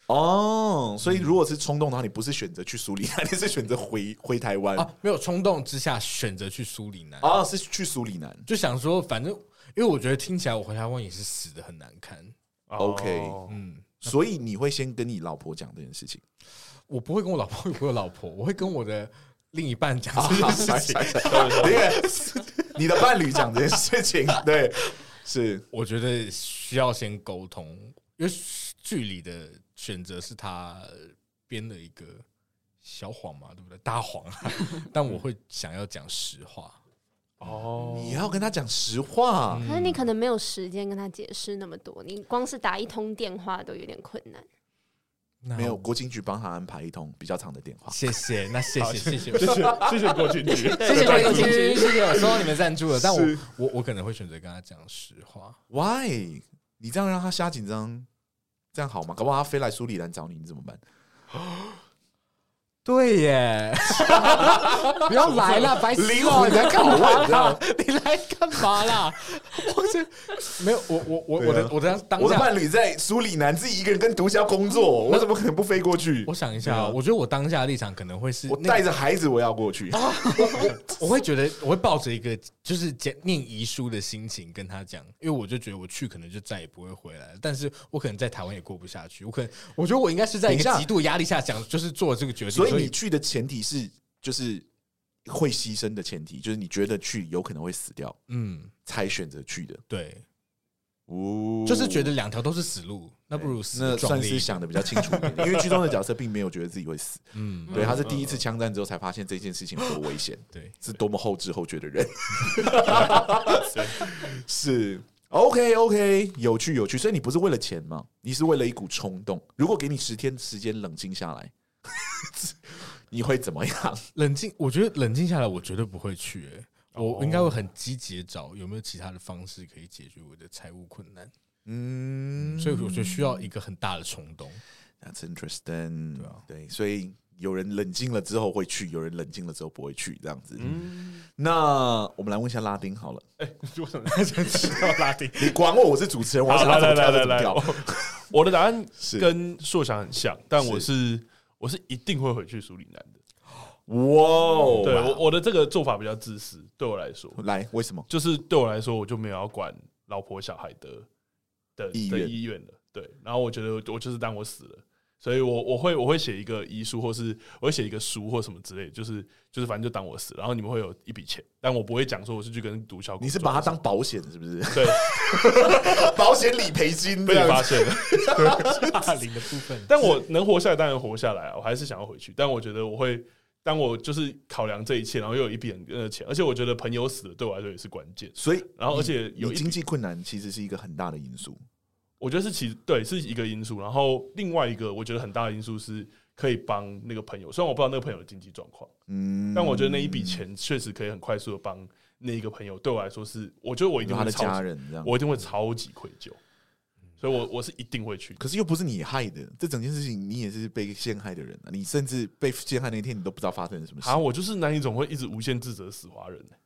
哦，所以如果是冲动的话，你不是选择去苏里南，你是选择回回台湾。
啊，没有冲动之下选择去苏里南，
哦，是去苏里南。
就想说反正，因为我觉得听起来我回台湾也是死的很难看。
哦
OK
嗯，
所以你会先跟你老婆讲这件 事情。
我不会跟我老婆，我有老婆，我会跟我的另一半讲这
好
件事
，sorry，
情。
sorry，sorry 那 个你的伴侣讲这件事 情，对，是
我觉得需要先沟通，因为距离的选择是他编的一个小谎嘛，对不对？大谎、啊， 但我会想要讲实话。
哦，
你要跟他讲实话。
嗯
可是你可能没有时间跟他解释那么多，你光是打一通电话都有点困难。
那
没有，国情局帮他安排一通比较长的电话。
谢谢，那谢谢谢谢
谢谢谢谢国庆局，
谢谢
对
关心，谢谢我收到你们赞助了，但我
是
我我可能会选择跟他讲实话。
Why？你这样让他瞎紧张，这样好吗？搞不好他飞来苏里兰找你，你怎么办？
对 耶，不要来 啦，白痴哦
灵魂在拷问你知 道吗，
你来干嘛啦？ 我这没有，我我我我
对啊
的我的当
我的
下，
伴侣在苏里南自己一个人跟毒枭工作，我怎么可能不飞过去
我？想一下
对啊
啊，我觉得我当下的立场可能会是
我
那个
带着孩子，我要过去。
我会觉得我会抱着一个就是讲念遗书的心情跟他讲，因为我就觉得我去可能就再也不会回来了，但是我可能在台湾也过不下去，我可能我觉得我应该是在一
等
个
一下
极度压力下讲，就是做这个决定，
所以你去的前提是，就是会牺牲的前提，就是你觉得去有可能会死掉，
嗯，
才选择去的。
对，
哦，
就是觉得两条都是死路，那不
哎
如
那
死
算
壮
是
烈，
想的比较清楚一点，因为剧中的角色并没有觉得自己会死，
嗯，
对，他是第一次枪战之后才发现这件事情多危险，
对，
是多么后知后觉的 人。是 OK OK，有趣有趣，所以你不是为了钱吗？你是为了一股冲动。如果给你十天时间冷静下来， 你会怎么样？
冷静，我觉得冷静下来，我绝对不会去、欸
哦
我应该会很积极的找有没有其他的方式可以解决我的财务困难，
嗯
所以我觉得需要一个很大的冲动。
That's interesting，
对啊
所以有人冷静了之后会去，有人冷静了之后不会去，这样子。
嗯
那我们来问一下拉丁好了，
我想我想知道拉丁。
你管我，我是主持人，我要
好，
想要
来
怎
来
么跳就
来来
怎么
来，
跳
我 我的答案
是
跟硕翔很像，但我是我是一定会回去苏里南的。
哇哦，
对我我的这个做法比较自私，对我来说，
来，为什么？
就是对我来说，我就没有要管老婆小孩的的
意
的
愿
意愿了。对，然后我觉得我就是当我死了，所以我我会我会写一个遗书，或是我会写一个书或什么之类的，就是就是反正就当我死，然后你们会有一笔钱，但我不会讲说我是去跟毒枭工作。
你是把它当保险是不是？
对
保险理赔金
被
这样
你
子
发现了。
霸凌的部分，
但我能活下来，当然活下来啊，我还是想要回去。但我觉得我会，当我就是考量这一切，然后又有一笔很多的钱，而且我觉得朋友死了对我来说也是关键。
所以
然后而且有
你
一
经
笔，
济困难其实是一个很大的因素。
我觉得是其实对是一个因素，然后另外一个我觉得很大的因素是可以帮那个朋友，虽然我不知道那个朋友的经济状况，
嗯，
但我觉得那一笔，钱确实可以很快速的帮那一个朋友。对我来说是，我觉得我一定
他
会
的
超
家
级，
人啊这样，
我一定会超级愧疚，所以我我是一定会去。
可是又不是你害的，这整件事情你也是被陷害的人啊！你甚至被陷害那天，你都不知道发生了什么事
啊，。我就是那一种会一直无限自责的死华人、 欸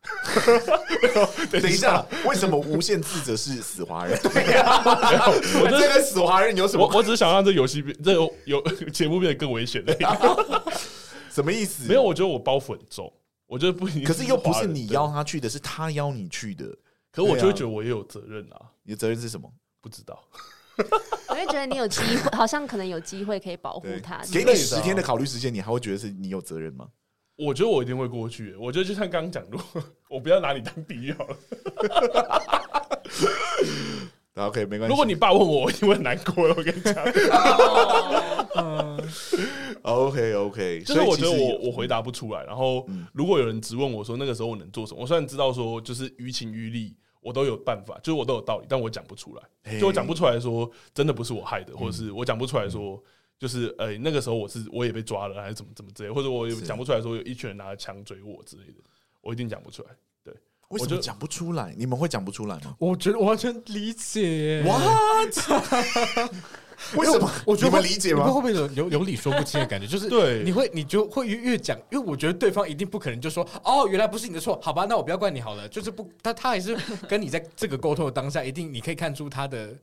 等一下，为什么无限自责是死华 人？
我
我
就
这
是
跟死华人有什
我
么
我只是想让这游戏变，这有有节目变得更危险了。
什么意思？
没有，，我觉得我包袱很重，我觉得不一定
可是又不
华
是
人
你邀，他去的，是他邀你去的。
对可我就
对啊
会觉得我也有责任啊，
你的责任是什么？
不知道。
我会觉得你有机会，好像可能有机会可以保护他。
给
类
你
的
十
啊
天的考虑时间，你还会觉得是你有责任吗？
我觉得我一定会过去。我觉得就像刚刚讲的， 我不要拿你当比喻好了。
啊 OK，没关系。
如果你爸问我，我一定会难过的。我跟 你讲，
OK OK，
就是我觉得
所以其实
我我回答不出来。然后
嗯
如果有人质问我说那个时候我能做什么，我虽然知道说就是于情于理。我都有办法，就是我都有道理，但我讲不出来，就我讲不出来说真的不是我害
嗯
的，或者是我讲不出来说就是呃、那个时候我是我也被抓了还是怎么怎么之类，或者我也
是
讲不出来说有一群人拿着枪追我之类的，我一定讲不出来。
为什
我就
么讲不出来？你们会讲不出来吗？
我觉得我完全理解耶。
What？为什么？
我觉得
你们
会
理解
你们会
吗？
不会有有有理说不清的感觉？ 就是
对
你会你就会越越讲，因为我觉得对方一定不可能就说哦，原来不是你的错，好吧，那我不要怪你好了。就是不，他他还是跟你在这个沟通的当下，一定你可以看出他的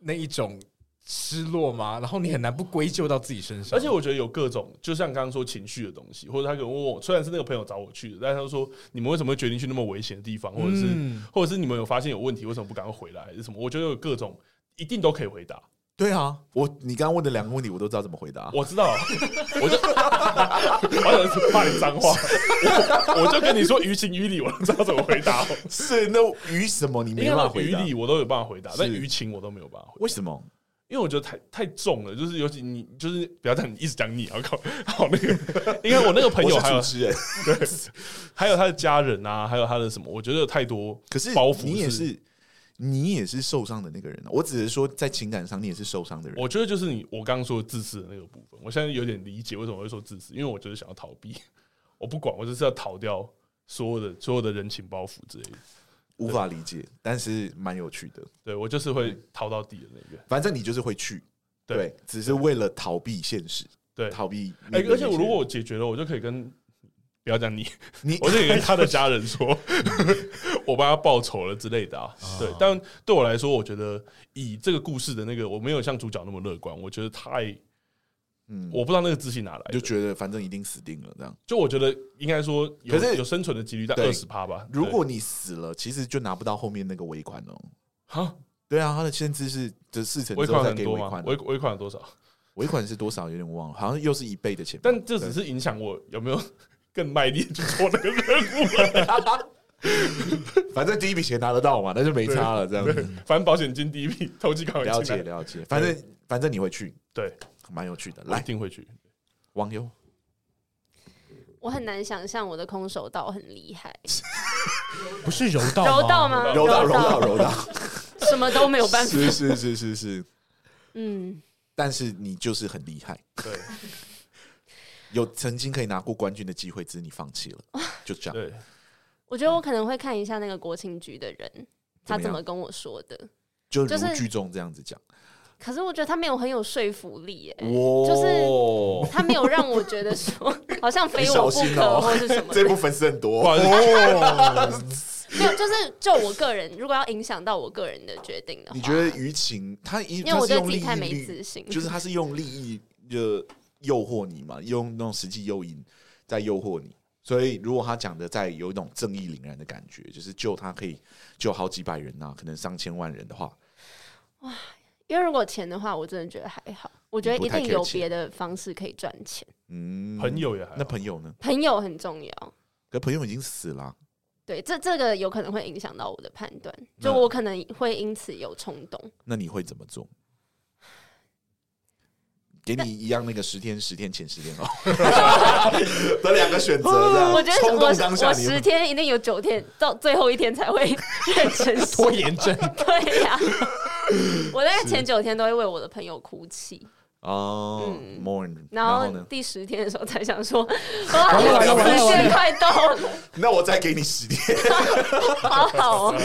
那一种失落嘛，然后你很难不归咎到自己身上。
而且我觉得有各种，就像刚刚说情绪的东西，或者他可能问我，虽然是那个朋友找我去的，但是他说你们为什么会决定去那么危险的地方，或者是、
嗯
或者是你们有发现有问题，为什么不赶快回来，还是什么？我觉得有各种，一定都可以回答。
对啊，我你刚刚问的两个问题，我都知道怎么回答。
我知道， 我就我想是骂你脏话，我我就跟你说于情于理，我都知道怎么回答。
是那于什么你没办法回
于
答？
理我都有办法回答，但
是
于情我都没有办法回答。
为什么？
因为我觉得太太重了，就是尤其你就是不要讲你一直讲你，然后好那个，因为我那个朋友
我
还
是
有
主持人，
还有他的家人啊，还有他的什么，我觉得有太多
可是
包袱
你也
是
是你也是受伤的那个人啊。我只是说，在情感上你也是受伤的人。
我觉得就是你我刚刚说的自私的那个部分，我现在有点理解为什么我会说自私，因为我就是想要逃避， 我不管，我就是要逃掉所有的所有的人情包袱之类的。
无法理解，但是蛮有趣的。
对我就是会逃到底的那个。
反正你就是会去，
对
对，只是为了逃避现实，
对，
逃避
哎、
面对
而
那
且
些人。
我如果我解决了，我就可以跟不要讲你，
你
我就可以跟他的家人说， 我帮他报仇了之类的啊。对，但对我来说，我觉得以这个故事的那个，我没有像主角那么乐观，我觉得太，
嗯，
我不知道那个自信哪来
就
的。
觉得反正一定死定了这样。
就我觉得应该说有，
可是
有生存的几率在
对
二十趴吧。
如果你死了，其实就拿不到后面那个尾款哦。
啊，
对啊，他的限制是的事成
尾
之后
款
再
很
给
多
尾
吗
款？
尾
的，
尾款有多少？
尾款是多少有点忘了，好像又是一倍的钱吧。
但这只
对
是影响我有没有 更卖力地去做 那个任务。
反正第一笔钱拿得到嘛，那就没差了这样子。
反正保险金第一笔投机搞
了
也进
解
来，
了解，反正反正你会去，
对，
蛮有趣的。
我一
来，
定会去。
网友，
我很难想象我的空手道很厉害，
不是柔道
柔道？吗？
柔道柔道柔道，
什么都没有办法。
是是是是是，
嗯，
但是你就是很厉 害，
对
有曾经可以拿过冠军的机会，只是你放弃了，就这样。
对，
我觉得我可能会看一下那个国庆局的人，他
怎
怎
么
么
样
跟我说的。
就
就
如
是
剧中这样子讲，
可是我觉得他没有很有说服力耶、
哦哇，
他没有让我觉 得说好像非
你小
我不
心
可
哦
或是什 么
这
的，
部粉丝很
不
多，
好意思，
哦
没有，就是就我个人，如果要影响到我个人的决定的话，
你觉得舆情他一
因为
他
我
是
对
用
自己
利
太
益
没
率
自信，
就是他是用利益就诱惑你嘛，用那种实际诱因在诱惑你。所以，如果他讲的再有一种正义凛然的感觉，就是救他可以救好几百人呐、可能上千万人的话，
因为如果钱的话，我真的觉得还好，我觉得一定有别的方式可以赚钱，
嗯，
朋友啊也还好
那朋友呢？
朋友很重要。
可朋友已经死了啊、
对，这这个有可能会影响到我的判断，
那
就我可能会因此有冲动。
那你会怎么做？给你一样那个十天、十天前、十天哦后的两个选择，这样
嗯我觉得
啊冲
我
动当下
我
你会
十天一定有九天到最后一天才会 认 真睡
拖延症，
对呀、我在前九天都会为我的朋友哭泣，
哦
嗯
mourn，
然
后
后
呢？
第十天的时候才 想说，
完了
哇，
完了完了
时间快到了，
那我再给你十天，
好好 哦。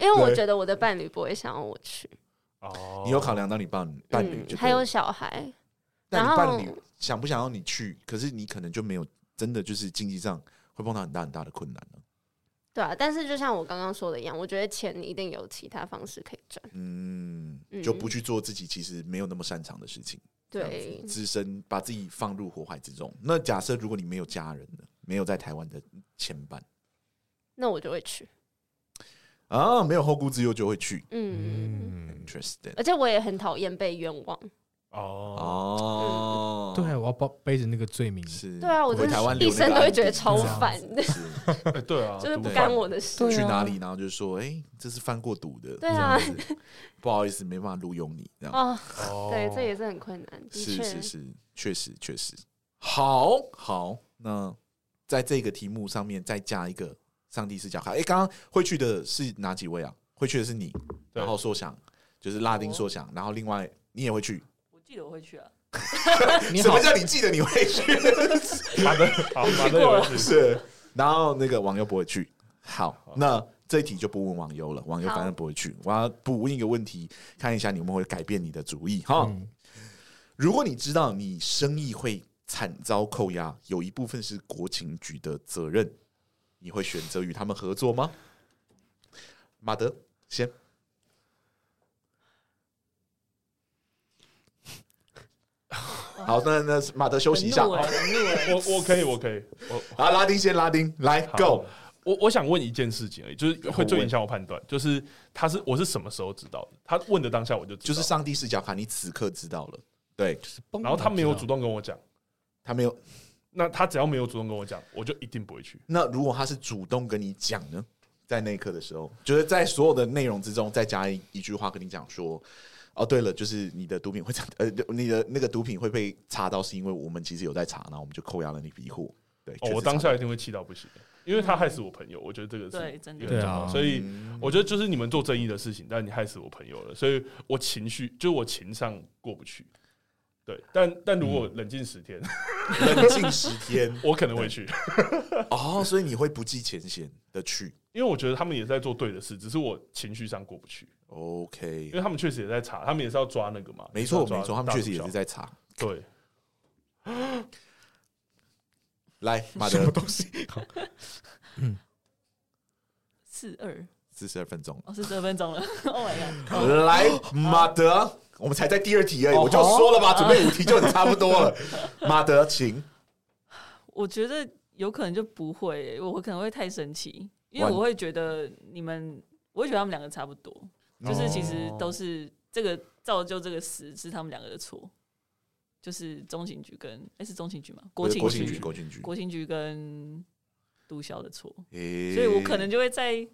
因为我
对
觉得我的伴侣不会想要我去，
哦
你有考量到你伴伴侣
嗯
就对了，
还有小孩，
那
然
你
后
伴侣想不想要你去？可是你可能就没有真的就是经济上会碰到很大很大的困难了。
对啊。但是就像我刚刚说的一样，我觉得钱一定有其他方式可以赚。
嗯，
嗯
就不去做自己其实没有那么擅长的事情，这样
对
子，自身把自己放入火海之中。那假设如果你没有家人呢，没有在台湾的牵绊
那我就会去。
啊，没有后顾之忧就会去。
嗯，
嗯，
Interesting
而且我也很讨厌被冤枉。
哦，
哦，
对，啊我要背背着那个罪名，
是，
嗯对啊，我
回
真
台
的
湾
是
留
一
那
生
个
都会
案
觉得
底
超
这样
烦的，
是
哎对
哦
啊，
就是不
毒贩
干我的事。
啊
去哪里，然后就说，哎，这是犯过赌的，
对啊
这样子，不好意思，没办法录用你，这样。
哦，
哦
对，这也是很困难，的
是
确。
是是，确实确实。好好，那在这个题目上面再加一个上帝视角卡。哎、刚刚会去的是哪几位啊？会去的是你，
对
然后说想就是拉
哦
丁说想，然后另外你也会去。
我记得我会去啊，
哦你
什
好
么，叫你记得你会去？
马德好，马 德有一次
是，然后那个网友不会去。好，那这一题就不问网友了，网友
好
反正不会去。我要不问一个问题，看一下你们会改变你的主意哈。
嗯
如果你知道你生意会惨遭扣押，有一部分是国情局的责任，你会选择与他们合作吗？马德 先，好，那那马德休息一下
很怒。欸很怒欸
我我可以，我可以，我
好，拉丁先，拉丁来
好
go。
我我想问一件事情而已，就是会最影响我判断，就是他是我是什么时候知道的？他问的当下我就知
就
道
是，上帝视角卡，你此刻知道了，对
然后他没有主，动跟我讲，
他没有。
那他只要没有主动跟我讲，我就一定不会去。
那如果他是主动跟你讲呢，在那一刻的时候，就是在所有的内容之中再加一一句话跟你讲说，哦，对了，就是你的毒品会查，呃，你的那个毒品会被查到，是因为我们其实有在查，然后我们就扣押了那批货。对，
哦
确实
我当
查
下
到
一定会气到不行，因为他害死我朋友，我觉得这个是
对真的
有点重要
对啊
嗯
所以我觉得就是你们做正义的事情，但你害死我朋友了，所以我情绪就是我情上过不去。对，但但如
嗯
果冷静十天，
冷静十天
我可能会去，
哦，所以你会不计前嫌的去
因为我觉得他们也在做对的事，只是我情绪上过不去，
，OK，
因为他们确实也在查，他们也是要抓那个嘛，
没错
也是要
没
抓
错，他们确实也是
大
在查。
主角对。
来，马
什么
德
东西？
四二
四十二分钟，
哦，是十分钟了 ，Oh my god！
来，马德，我们才在第二题而
哦
已，我就说了吧，准备五题就很差不多了。马德，请
我觉得有可能就不会耶、我可能会太生气，因为
完
我会觉得你们，我会觉得他们两个差不多，就是其实
哦
都是这个造就这个死是他们两个的错，就是中情局跟哎、是中情局吗？国情
国情局，
局，
国情局，
国情局跟毒枭的错，
所
所以我可能就会再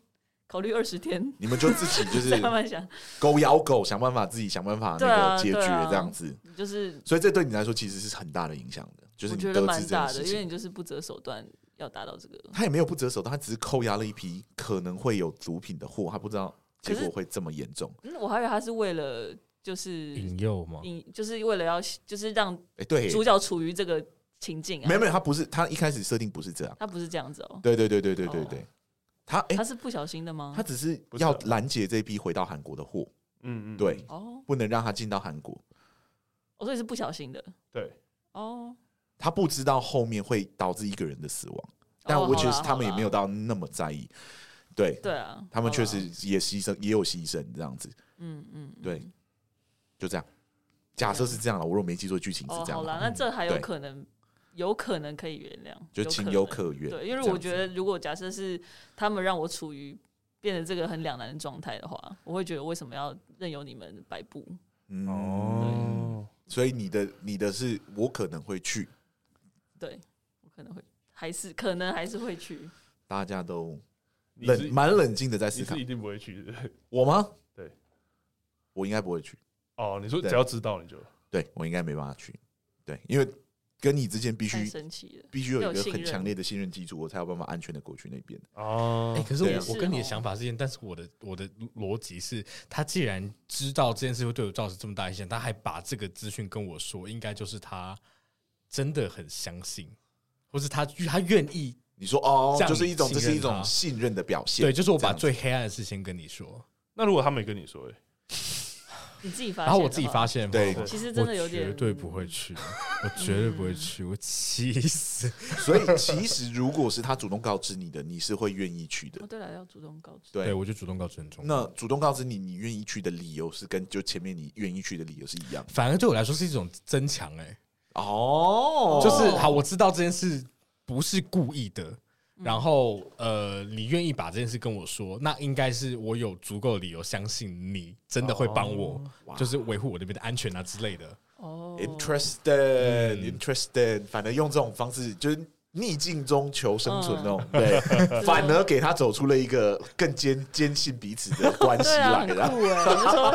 考虑二十天，
你们就自 己就是
再慢慢想，
狗咬狗，想办法自己想办法那
对啊
个解决
对啊
这样子，
就是
所以这对你来说其实是很大的影响的，就是
我
你
觉
得
得
知
蛮
这件
大
事
的，因为
情。
你就是不择手段要达到这个。
他也没有不择手段，他只是扣押了一批可能会有毒品的货，他不知道结
可是
果会这么严重。
嗯，我还以为他是为了就是
引诱吗？
引，就是为了要就是让
哦哎，对，
主角处于这个情境啊。
没有没有，他不是他一开始设定不是这样。
他不是这样子哦，
对对对对对对对，他哎
他，是不小心的吗
他？只是
不是
要
啊
拦截这批回到韩国的货，
嗯嗯，
对，
哦，
不能让他进到韩国。
我所以是不小心的
对，
哦。
他不知道后面会导致一个人的死亡，但
哦
我觉得
好啦
他们也没有
好啦
到那么在意。对，
对啊，
他们
好
确
啦
实，也牺牲，也有牺牲，这样子，
嗯嗯，嗯
对。就这样。假设是这样了，我如果没记错剧情是
哦，
这样
好
啦，
啦，那这还有
对
可能，有可能可以原谅，
就情有
有
可原。
对，因为
这样
我
子
觉得，如果假设是他们让我处于变得这个很两难的状态的话，我会觉得为什么要任由你们摆布？
嗯
哦，
所以你的你的是我可能会去，
对我可能会还是可能还是会去，
大家都
你是
冷蛮冷静的在思
你
考
是一，定不会去的。
我吗？
对，
我应该不会去，
哦，你说
对
只要知道你就
对我应该没办法去，对，因为跟你之间必
太
须
生气了。
必须有
要
一个
有信
很
任
强烈的信任基础，我才有办法安全的过去那边。
哦
哎、可是
对啊
我我跟你
是
的
哦
想法是一样，但是我的我的逻辑是，他既然知道这件事会对我造成这么大影响，他还把这个资讯跟我说，应该就是他真的很相信，或是他他愿意，
你说哦，
这样
就是一种
信
这
任
是一种
他
信任的表现，
对，就是我把
这样子
最黑暗的事先跟你说，
那如果他没跟你说、欸，
你自己发现，哦
然后我自己发，现，
对
我
其实真的有
绝
点
对不会去， 我绝对不会去，我气死，
所以其实如果是他主动告知你的，你是会愿意去的
哦，。对了，要主动告知。
对
对我就主动告尊重。
那主动告知你你愿意去的理由是跟就前面你愿意去的理由是一样的
反而对我来说是一种增强、哎，
哦
就是好，我知道这件事不是故意的，然后呃，你愿意把这件事跟我说，那应该是我有足够的理由相信你真的会帮我，就是维护我那边的安全啊之类的。
哦
interested
嗯
interested，反正用这种方式就是逆境中求生存那种， 对，反而给他走出了一个更坚坚信彼此的 关系
对啊，
来
很酷
了。
哎！我就说，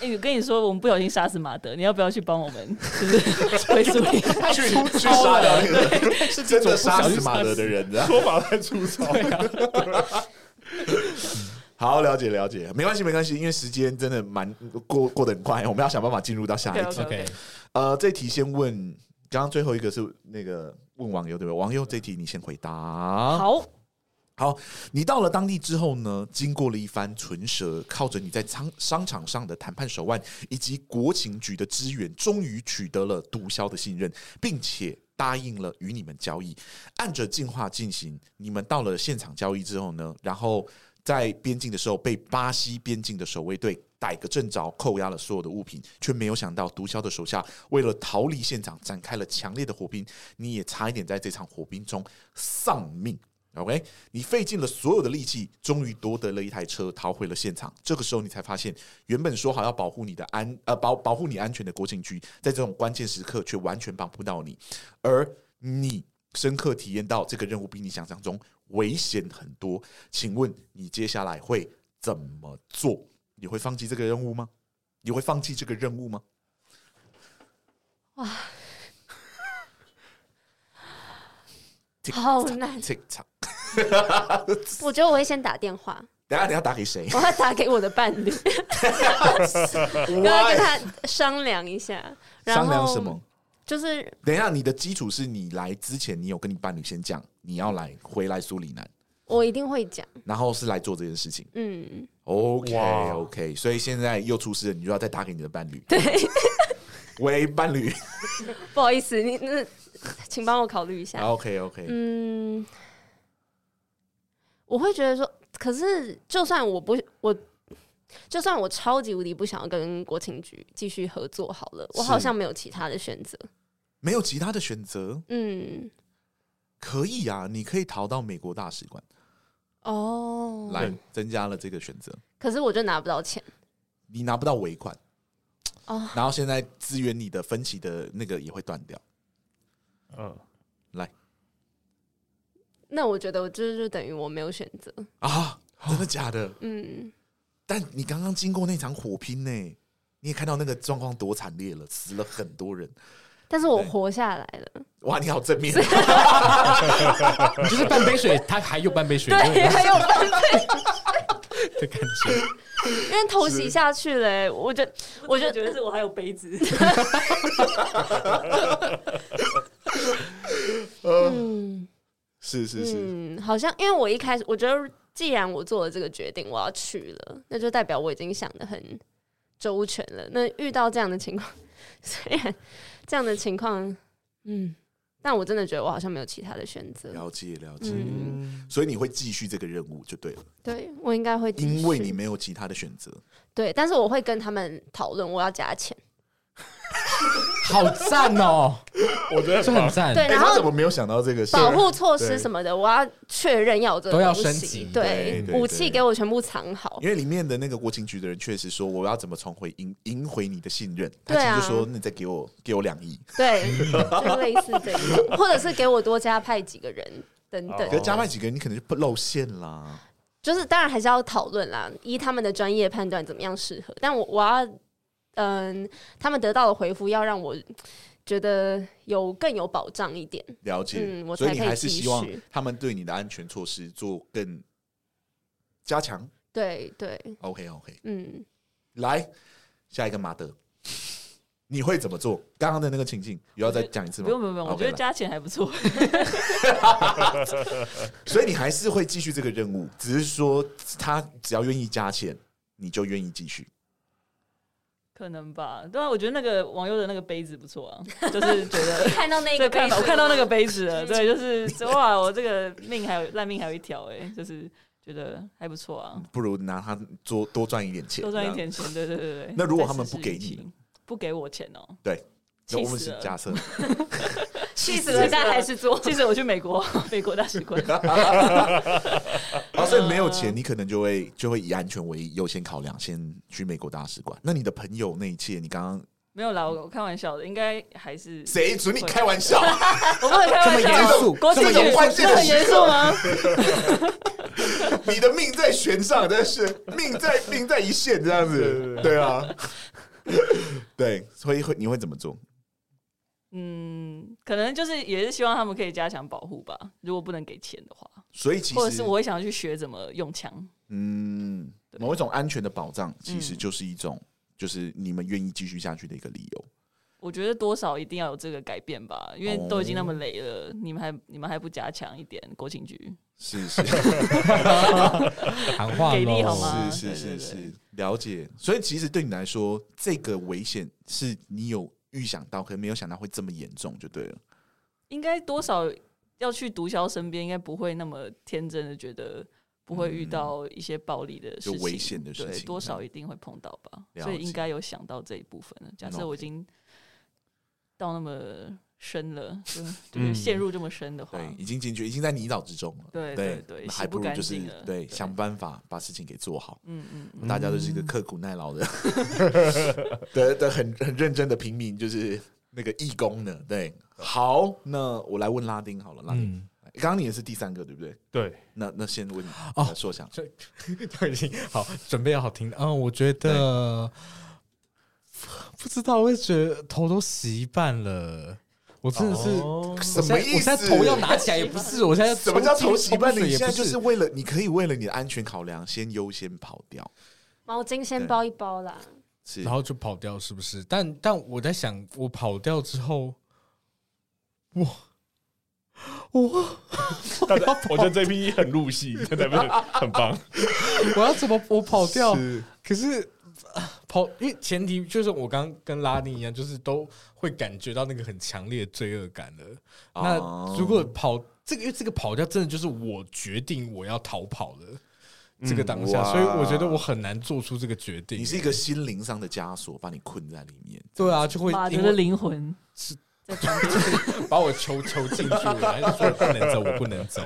哎，我跟你说，我们不小心杀死马德，你要不要去帮我们？就是 回溯 你，
去去杀掉那个人，真的杀死马德的人，啊这样
说法太粗 糙。
好，了解了解，没关系没关系，因为时间真的蛮过过得很快，我们要想办法进入到下一题。
OK
OK，
呃，这题先问，刚刚最后一个是那个问网友对不对？网友这题你先回答。，
好，
你到了当地之后呢，经过了一番唇舌，靠着你在商商场上的谈判手腕以及国情局的支援，终于取得了毒枭的信任，并且。答应了与你们交易，按着进化进行。你们到了现场交易之后呢，然后在边境的时候被巴西边境的守卫队逮个正着，扣押了所有的物品，却没有想到毒枭的手下为了逃离现场，展开了强烈的火拼，你也差一点在这场火拼中丧命。OK，你费尽了所有的力气，终于夺得了一台车，逃回了现场。这个时候，你才发现，原本说好要保护你的安呃保保护你安全的国情局，在这种关键时刻却完全帮不到你，而你深刻体验到这个任务比你想象中危险很多。请问你接下来会怎么做？你会放弃这个任务吗？你会放弃这个任务吗？
好难。
tick tock，
我觉得我会先打电话，
等一下你要打给谁
我要打给我的伴 侣，要跟他商量一下。然后
商量什么？？
就是
等一下，你的基础是你来之前，你有跟你伴侣先讲你要来回来苏里南，
我一定会讲，
然后是来做这件事情。
嗯，
OK
哇
OK，所以现在又出事了，你就要再打给你的伴侣。对，喂，伴侣。
不好意思，你那，请帮我考虑一下。
OK OK，
嗯，我会觉得说，可是就算我不我。就算我超级无敌不想要跟国情局继续合作好了，我好
是
像没有其他的选择。
没有其他的选择，
嗯，
可以啊，你可以逃到美国大使馆
哦，
来
对，
增加了这个选择。
可是我就拿不到钱
你拿不到尾款，
哦，
然后现在支援你的分歧的那个也会断掉。
嗯，
那我觉得我就是就等于我没有选择。
啊，真的假的？
嗯，
但你刚刚经过那场火拼呢、你也看到那个状况多惨烈了，死了很多人。
但是我
对
活下来了，
哇，你好正面，哦
你就是半杯水，他还有半杯水，
对，还有 办法，
的感觉。
因为头洗下去了、欸，我就我
我
就
就觉得是我还有杯子，
嗯
是呃是是，
嗯，好像因为我一开始我觉得，既然我做了这个决定，我要去了，那就代表我已经想的很周全了。那遇到这样的情况， 虽然这样的情况，嗯，但我真的觉得我好像没有其他的选择。
了解了解。
嗯，
所以你会继续这个任务就对了，
对我应该会继续，
因为你没有其他的选择。
对，但是我会跟他们讨论，我要加钱。
嗯
好赞哦，
我觉得
这
很
很
棒。
赞。
对，
哎
然后
他怎么没有想到这个事？
保护措施
啊对
什么的，我要确认要有这个
都要
东
升
西
级
对
对，
对
武
对
器给我全部藏好
因。为里面的那个国情局的人确实说，我要怎么重回赢赢回你的信任？他
对
其
啊哦
实就说，那你再给我给我两亿。
对，就类似这一种，或者是给我多加派几个人等等
可
哦
是，加派几个人，你可能就不露馅啦。
就是当然还是要讨论啦，依他们的专业判断怎么样适合。但我我要，嗯，他们得到的回复要让我觉得有更有保障一点。
了解，
嗯我
所以
才
你
可以
还是
继
希望
续
他们对你的安全措施做更加强。
对对，
OK OK，
嗯，
来下一个马德，你会怎么做？刚刚的那个情境，有要再讲一次吗？
不用不用不用，我
OK，
觉得
来
加钱还不错。
所以你还是会继续这个任务，只是说他只要愿意加钱，你就愿意继续。
可能吧，对啊，我觉得那个网友的那个杯子不错啊，就是觉得
看到那
这
个
个看法，我看到 那个杯子了，
嗯
对，就是哇，我这个命还有烂命还有一条，哎，就是觉得还不错啊，
不如拿他多多赚一点钱，
多赚一点钱，对对对 对。
那如果他们
再试试
不给
运气
你呢，
不给我钱哦，
对，这样。那
气
我们
死
是
了，
假 设，
气死
了
了，但还是做。
气死我去美国， 美国大使馆，
啊，所以没有钱，你可能就会就会以安全为优先考量，先去美国大使馆。那你的朋友那一切，你刚刚
没有啦，我我开玩笑的，应该还是
谁准你开玩笑？啊
我不能开玩笑，
这么
哦
严肃
国际
这么严
肃
局这很严肃吗？
你的命在悬上，真的是命 在命在一线这样子，对啊， 对，所以会你会怎么做？
嗯，可能就是也是希望他们可以加强保护吧，如果不能给钱的话，
所以其
或者
实
是我会想要去学怎么用枪。
嗯，某一种安全的保障，其
嗯
实就是一种。就是你们愿意继续下去的一个理由，
我觉得多少一定要有这个改变吧，因为
哦
都已经那么累了，你们还你们还不加强一点国情局？
是是
喊话
给力
咯
好吗
是是
对
是
对
是
对，
了解。所以其实对你来说，这个危险是你有预想到，可能没有想到会这么严重，就对了。
应该多少要去毒枭身边，应该不会那么天真的觉得不会遇到一些暴力的事情、
嗯就危险的事情
对，多
这
少
样
一定会碰到吧，
了解
所以应该有想到这一部分了。假
嗯，OK
设我已经到那么深了， 就就是
嗯
陷入这么深的话，
对，已经进去，已经在泥沼之中了。
对
对
对对
那
洗
还
不
不如
干
就是
净了
对
对
想办法把事情给做好。
嗯嗯嗯，
大家都是一个刻苦耐劳的， 的的很很认真的平民，就是那个义工呢。对，好，那我来问拉丁好了，拉丁，
嗯，
刚刚你也是第三个，对不对？
对，
那那先问你
哦
呃硕想，
这都已经好准备好听了。嗯，我觉得不知道，我也觉得头都洗一半了。我真的是，
哦
什
我
么
现在
意
我现在
思？
头要拿起来也不是，我现在
什么叫
头
头洗半？
水
你
也
现
不
在就是
是。
为了，你可以为了你的安全考量，先优先跑掉。
毛巾先包一包啦。
是，
然后就跑掉，是不是？但但我在想，我跑掉之后，我我
大家，我觉得这批很入 戏，真的很棒。
我要怎么我跑掉？
是
可是啊跑，因为前提就是我刚刚跟拉尼一样，就是都会感觉到那个很强烈的罪恶感了。
哦
那如果跑这个，因为这个跑掉真的就是我决定我要逃跑了。这个当下，
嗯哇
所以我觉得我很难做出这个决定。
你是一个心灵上的枷锁，把你困在里面。
对啊， 就会
马
因
德的
为
灵魂
是
在旁边。
把我囚囚进去，我 还是说我不能走，我不能走。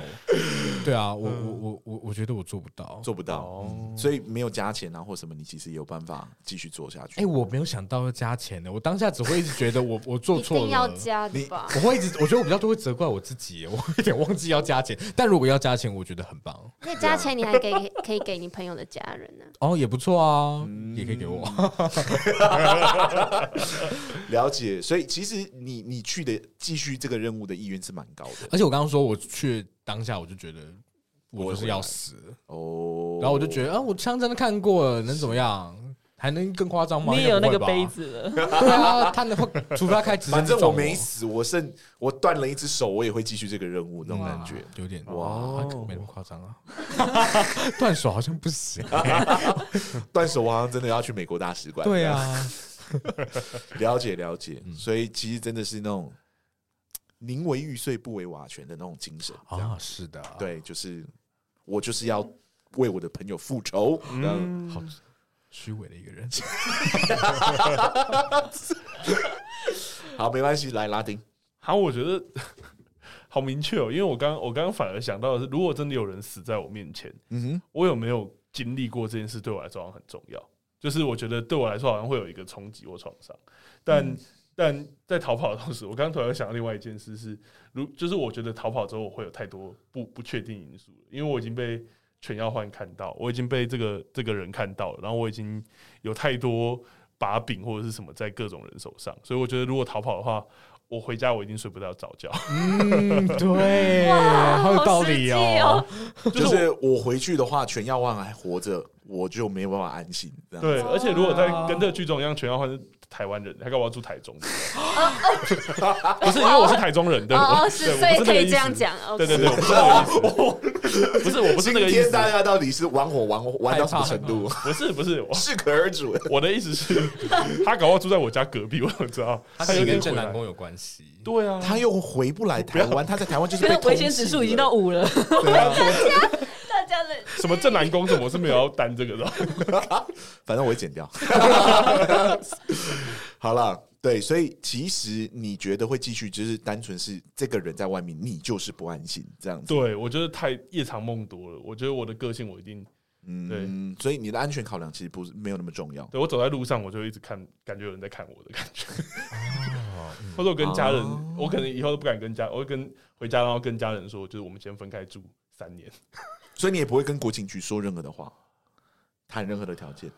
对啊，我我我我我觉得我做不到。
嗯做不到，
哦，
所以没有加钱啊或什么，你其实也有办法继续做下去。
哎、我没有想到要加钱的，我当下只会一直觉得我我做
一
错了，
定要加的
你
吧？
我会一直，我觉得我比较多会责怪我自己 耶，我有点忘记要加钱。但如果要加钱，我觉得很棒
那加钱你还给 可以给你朋友的家人呢、
哦，也不错啊，
嗯
也可以给我。
了解，所以其实你你去的继续这个任务的意愿是蛮高的
而且我刚刚说我去当下，我就觉得我就是要死了，
哦。
然后我就觉
得
得啊，我枪真的看过了，能怎么样？还能更夸张吗？
你也有那个
应该不会
杯
吧？
子 了，
对啊，他能会，除非他开直升
反
机
正我
撞
没死，我剩我断了一只手，我也会继续这个任务，那种感觉。
有点
哇
哇，没那么夸张啊， 断手好像不行。啊
断手，我好像真的要去美国大使馆。
对，啊，
了解了解。所以其实真的是那种宁为玉碎不为瓦全的那种精神。这样
啊，是的，，
对，就是我就是要为我的朋友复仇。嗯，
好虚伪的一个人。
好，没关系，来拉丁。
好，我觉得 好明确哦，因为我刚我刚刚反而想到的是，如果真的有人死在我面前，
嗯
我有没有经历过这件事，对我来说好像很重要。就是我觉得对我来说好像会有一个冲击或创伤，但、但在逃跑的同时，我刚刚突然想到另外一件事是，如就是我觉得逃跑之后我会有太多不不确定因素了，因为我已经被犬耀焕看到，我已经被这个这个人看到了，然后我已经有太多把柄或者是什么在各种人手上，所以我觉得如果逃跑的话，我回家我一定睡不到早觉。
嗯， 对，啊好有道理
好
哦。
哼， 就是我回去的话，全耀万还活着，我就没有办法安心。这样
对，而且如果在
哦
跟这个剧中一样，全耀焕是台湾人，他干嘛住台中？ 不是因为我是台中人，对，
哦
我
哦，
对
是，
我
所以
不
可
那个
以
意
这样
思。
讲。哦
对对对，我不是那个意思，
哦
不是我不是
今
那个意
天
思，
大家到底是玩火玩玩到什么程度？
不是不是，我
适可而止。
我的意思是，他搞不好住在我家隔壁，我怎么知道？
他
他有点
跟郑
回来
南宫有关系，
对啊，
他又回不来台湾，他在台湾就是
现
被
在危险指数已经到 五了，
对啊，
大家的
什么正南宫什么，我是没有要担这个的。
反正我会剪掉。好了，对，所以其实你觉得会继续，就是单纯是这个人在外面，你就是不安心这样子。
对，我觉得太夜长梦多了，我觉得我的个性我一定，
嗯，所以你的安全考量其实不是没有那么重要。
对我走在路上我就一直看，感觉有人在看我的感觉。
哦
或者我跟家人，
哦
我可能以后都不敢跟家，我会跟回家，然后跟家人说，就是我们先分开住三年。
所以你也不会跟国情局说任何的话，谈任何的条件。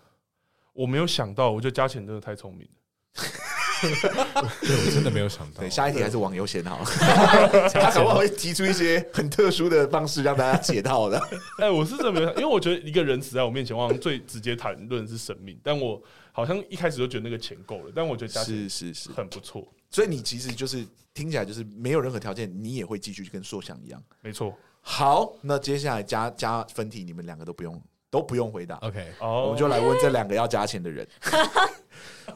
我没有想到，我觉得嘉钱真的太聪明了。
对我真的没有想到
对，。下一题还是网游先好了，他可能会提出一些很特殊的方式让大家解套的。
哎、我是真的没有想，因为我觉得一个人死在我面前，我好像最直接谈论是生命，但我好像一开始就觉得那个钱够了，但我觉得嘉钱
是是是，
很不错，
所以你其实就是听起来就是没有任何条件，你也会继续跟硕想一样。
没错。
好，那接下来加加分题，你们两个都不用都不用回答，
OK，
哦，
我们就来问这两个要加钱 的人。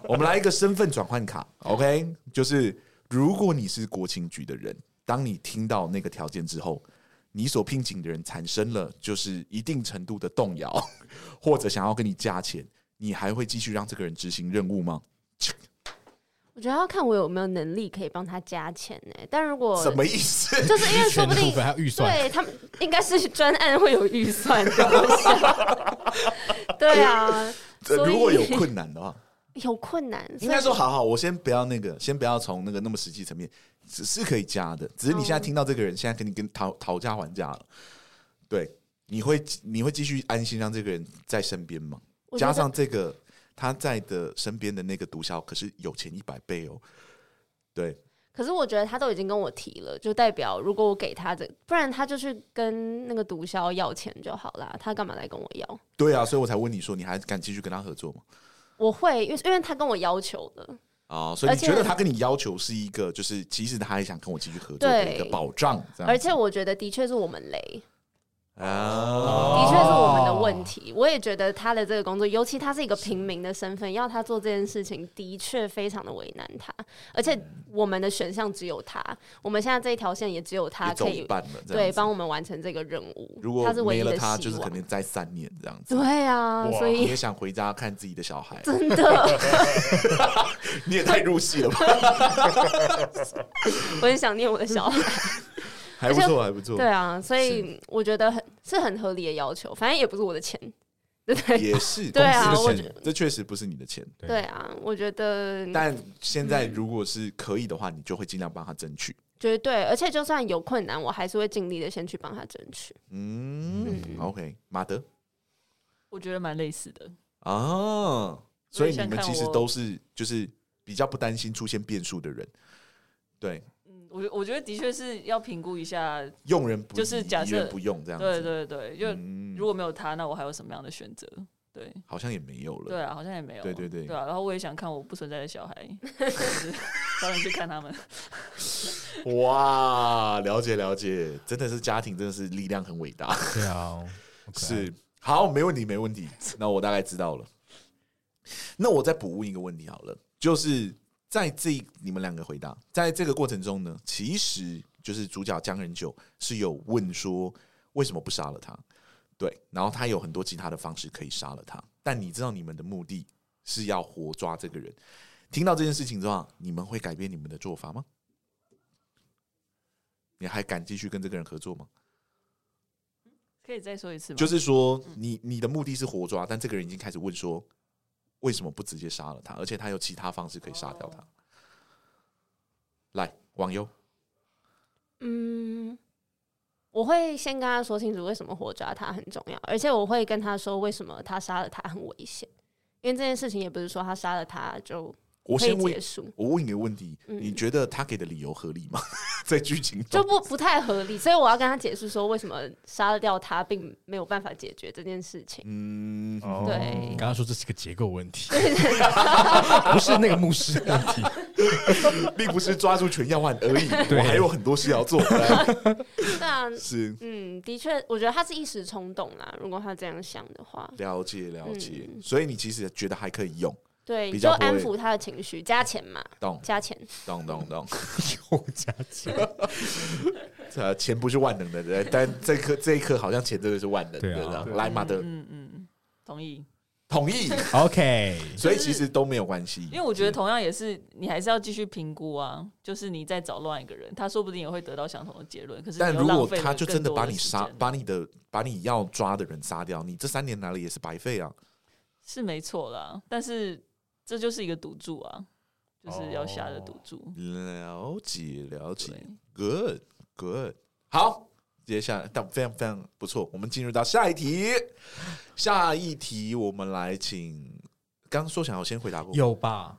我们来一个身份转换卡，OK？就是如果你是国情局的人，当你听到那个条件之后，你所聘请的人产生了就是一定程度的动摇， 或者想要跟你加钱，你还会继续让这个人执行任务吗？
我觉得要看我有没有能力可以帮他加钱呢、但如果
什么意思？
就是因为说
全
不
部
定
分还有预算，
对他们应该是专案会有预算的，我想。 对啊，所以
呃如果有困难的话，
有困难，
应该说好好，我先不要那个，先不要从那个那么实际层面，只是可以加的，只是你现在听到这个人，现在跟你跟讨讨价还价了，对，你会你会继续安心让这个人在身边吗？
我觉
加
得
上这个他在的身边的那个毒枭，可是有钱一百倍哦，对，
可是我觉得他都已经跟我提了，就代表如果我给他这，不然他就去跟那个毒枭要钱就好啦。他干嘛来跟我要？
对啊，所以我才问你说，你还敢继续跟他合作吗？
我会，因为因为他跟我要求的，
啊，所以你
而且
觉得他跟你要求是一个，就是即使他还想跟我继续合作的
对
一个保障，这样子。
而且我觉得的确是我们雷，
啊，
的确是我们的问题。我也觉得他的这个工作，尤其他是一个平民的身份，要他做这件事情，的确非常的为难他。而且我们的选项只有他，我们现在这一条线也只有他
也走
可
一
以
半了，这
对
样子。
帮我们完成这个任务。
如果
他是唯
没
一
了
的
他，
希
就是可
望
能在三年这样子。
对啊，
哇
所
你
以
也想回家看自己的小孩，
真的，
你也太入戏了吧？
我很想念我的 小孩。
还不错，还不错
对，啊，所以我觉得很是很合理的要求，反正也不是我的钱，对不对？
也是
对啊
公司
我嗯
的钱，这确实不是你的钱。
对啊，我觉得
但现在如果是可以的话，你就会尽量帮他争取。
绝对，而且就算有困难，我还是会尽力的先去帮他争取。
嗯，OK，马德
我觉得蛮类似的。
啊，所
所以
以你们
想看
其实
我
都是就是比较不担心出现变数的人，对，
嗯，我觉我觉得的确是要评估一下，
用人不
就是
疑
假
疑
设
人不用这样子。
对对对，就
嗯
如果没有他，那我还有什么样的选择？对
好像也没有了。
对啊，好像也没有。
对对对
对啊，然后我也想看我不存在的 小孩，就是当然去看他们。
哇，了解了解，真的是家庭，真的是力量很伟大。
对啊，
是，好，没问题，没问题。那我大概知道了。那我再补问一个问题好了，就是在这你们两个回答，在这个过程中呢，其实就是主角江仁九是有问说为什么不杀了他，对，然后他有很多其他的方式可以杀了他，但你知道你们的目的是要活抓这个人。听到这件事情之后，你们会改变你们的做法吗？你还敢继续跟这个人合作吗？
可以再说一次吗？
就是说，
嗯
你你的目的是活抓，但这个人已经开始问说，为什么不直接杀了他？而且他有其他方式可以杀掉
哦
他。来，网友，
嗯，我会先跟他说清楚为什么活抓他很重要，而且我会跟他说为什么他杀了他很危险，因为这件事情也不是说他杀了他就
我
可以
先问
结，束，
我问你个问题，
嗯
你觉得他给的理由合理吗？ 在剧情
就
中，
不不太合理。所以我要跟他解释说为什么杀了掉他并没有办法解决这件事情。
嗯，
哦
对
你刚刚说这是个结构问题， 不是那个牧师的问题。
并不是抓住全要案而 已，
对
我还有很多事要做。
对啊，
是
嗯，的确，我觉得他是一时冲动啦。如果他这样想的话，
了解了解，
嗯
所以你其实觉得还可以用，
对，
比
就
较不
安
会
抚他的情绪，加钱嘛，
懂
加钱。
懂懂懂。
又加钱，
呃，钱不是万能的，对但这一刻这一刻好像钱真的是万能
对啊
的。这样
对
来，马德
嗯，嗯嗯嗯，同意。
同意。
OK，
所以其实都没有关系，
因为我觉得同样也是，你还是要继续评估啊。就是你再找乱一个人，他说不定也会得到相同的结论。可是你
但
又
如
浪
果
费了
他就真
更
的
多的
把你
时
杀，
间
把你的把你要抓的人杀掉，你这三年来了也是白费啊。
是没错啦，但是这就是一个赌注啊，就是要下的赌注。
哦
了解了解
对
，Good Good，好，接下来但非常非常不错，我们进入到下一题，下一题我们来请，刚刚说想要先回答过，
有吧？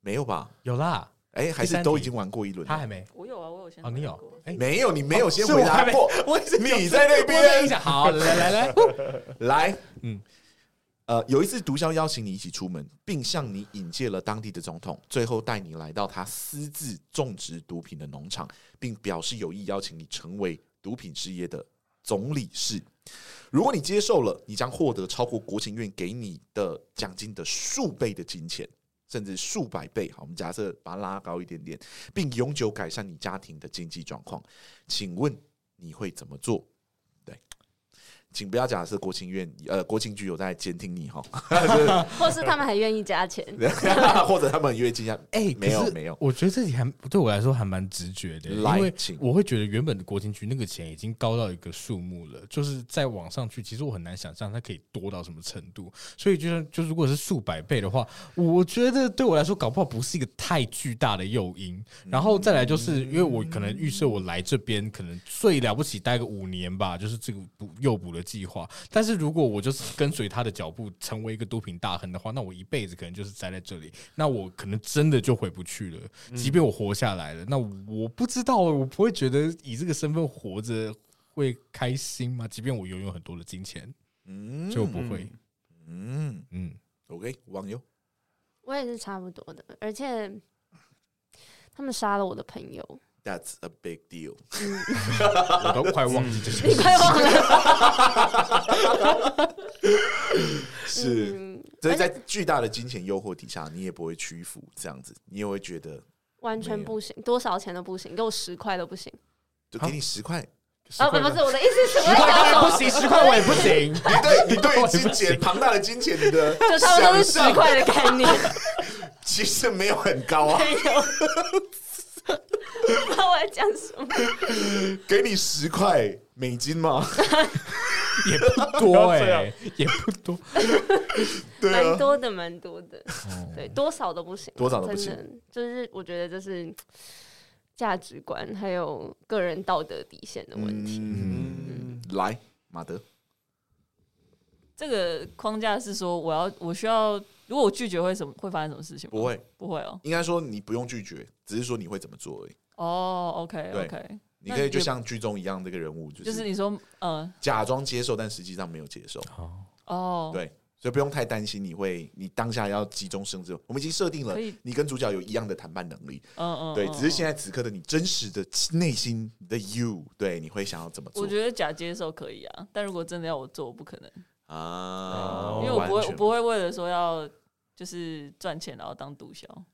没有吧？
有啦，
哎，还
第三
是
题
都已经玩过一轮了，
他还没
我有啊，我有先
哦，你
回答过
有？哎，
没有，你没有先
是
回
我还
答
没
过，
我
你在那边
我在想好，来 来来，
来，嗯
嗯，
呃，有一次毒枭邀请你一起出门，并向你引荐了当地的总统，最后带你来到他私自种植毒品的农场，并表示有意邀请你成为毒品事业的总理事。如果你接受了，你将获得超过国情院给你的奖金的数倍的金钱，甚至数百倍。好，我们假设把它拉高一点点，并永久改善你家庭的经济状况。请问你会怎么做？对，请不要假设国情院呃国情局有在监听 你哈，
或是他们还愿意加钱。
或者他们约进下。
哎，
没有
可是
没有
我觉得这题还对我来说还蛮直觉的，因
来
为
请
我会觉得原本的国情局那个钱已经高到一个数目了，就是再往上去，其实我很难想象它可以多到什么程度。所以就算就如果是数百倍的话，我觉得对我来说搞不好不是一个太巨大的诱因。
嗯
然后再来就是因为我可能预设我来这边可能最了不起待个五年吧，就是这个补诱捕的计划。但是如果我就是跟随他的脚步，成为一个毒品大亨的话，那我一辈子可能就是栽在这里，那我可能真的就回不去了。
嗯
即便我活下来了，那我不知道，我不会觉得以这个身份活着会开心吗？即便我拥有很多的金钱，
嗯
就不会。
嗯
嗯，
，OK，网友
我也是差不多的，而且他们杀了我的朋友，
，That's a big deal。嗯
我都快忘记这些。
你快忘了，
是，
嗯，
所以在巨大的金钱诱惑底下，你也不会屈服，这样子，你也会觉得，
完全不行，多少钱都不行，给我十块都不行。
就给你十块，
啊，不不是我的意思是，我要
当然
告
不
诉
行，十块我也不行。
你对你对于金钱庞大的金钱，你的
就差不多是十
想象
块的概 念，
其实没有很高 啊，
没有。不知道我在讲什么，
啊给你十块美金 嘛，
也不
不
多哎、
要这样
也不多。
对
蛮
啊，
多的，蛮多的，对，多少都不行，
哦多少都不
真的就是我觉得这是价值观还有个人道德底线的问题。
嗯，来，马德，
这个框架是说，我要我需要，如果我拒绝会什么会发生什么事情吗？
不会，
不会哦。
应该说你不用拒绝，只是说你会怎么做而已。
哦，OK
对
OK，
你可以就像剧中一样，这个人物就
就是
是
你说，嗯，
假装接受，但实际上没有接受，
哦，
对，所以不用太担心你会，你当下要急中生智。我们已经设定了
可以，
你跟主角有一样的谈判能力，
嗯嗯，
对，
嗯
只是现。
嗯
在此刻的你真实的内心你的 you，对，你会想要怎么做
嗯我觉得假接受可以啊，但如果真的要我做，我不可能，
啊？
因为我不会，
完
我
全
不会为了说要就是赚钱然后当毒枭。
哦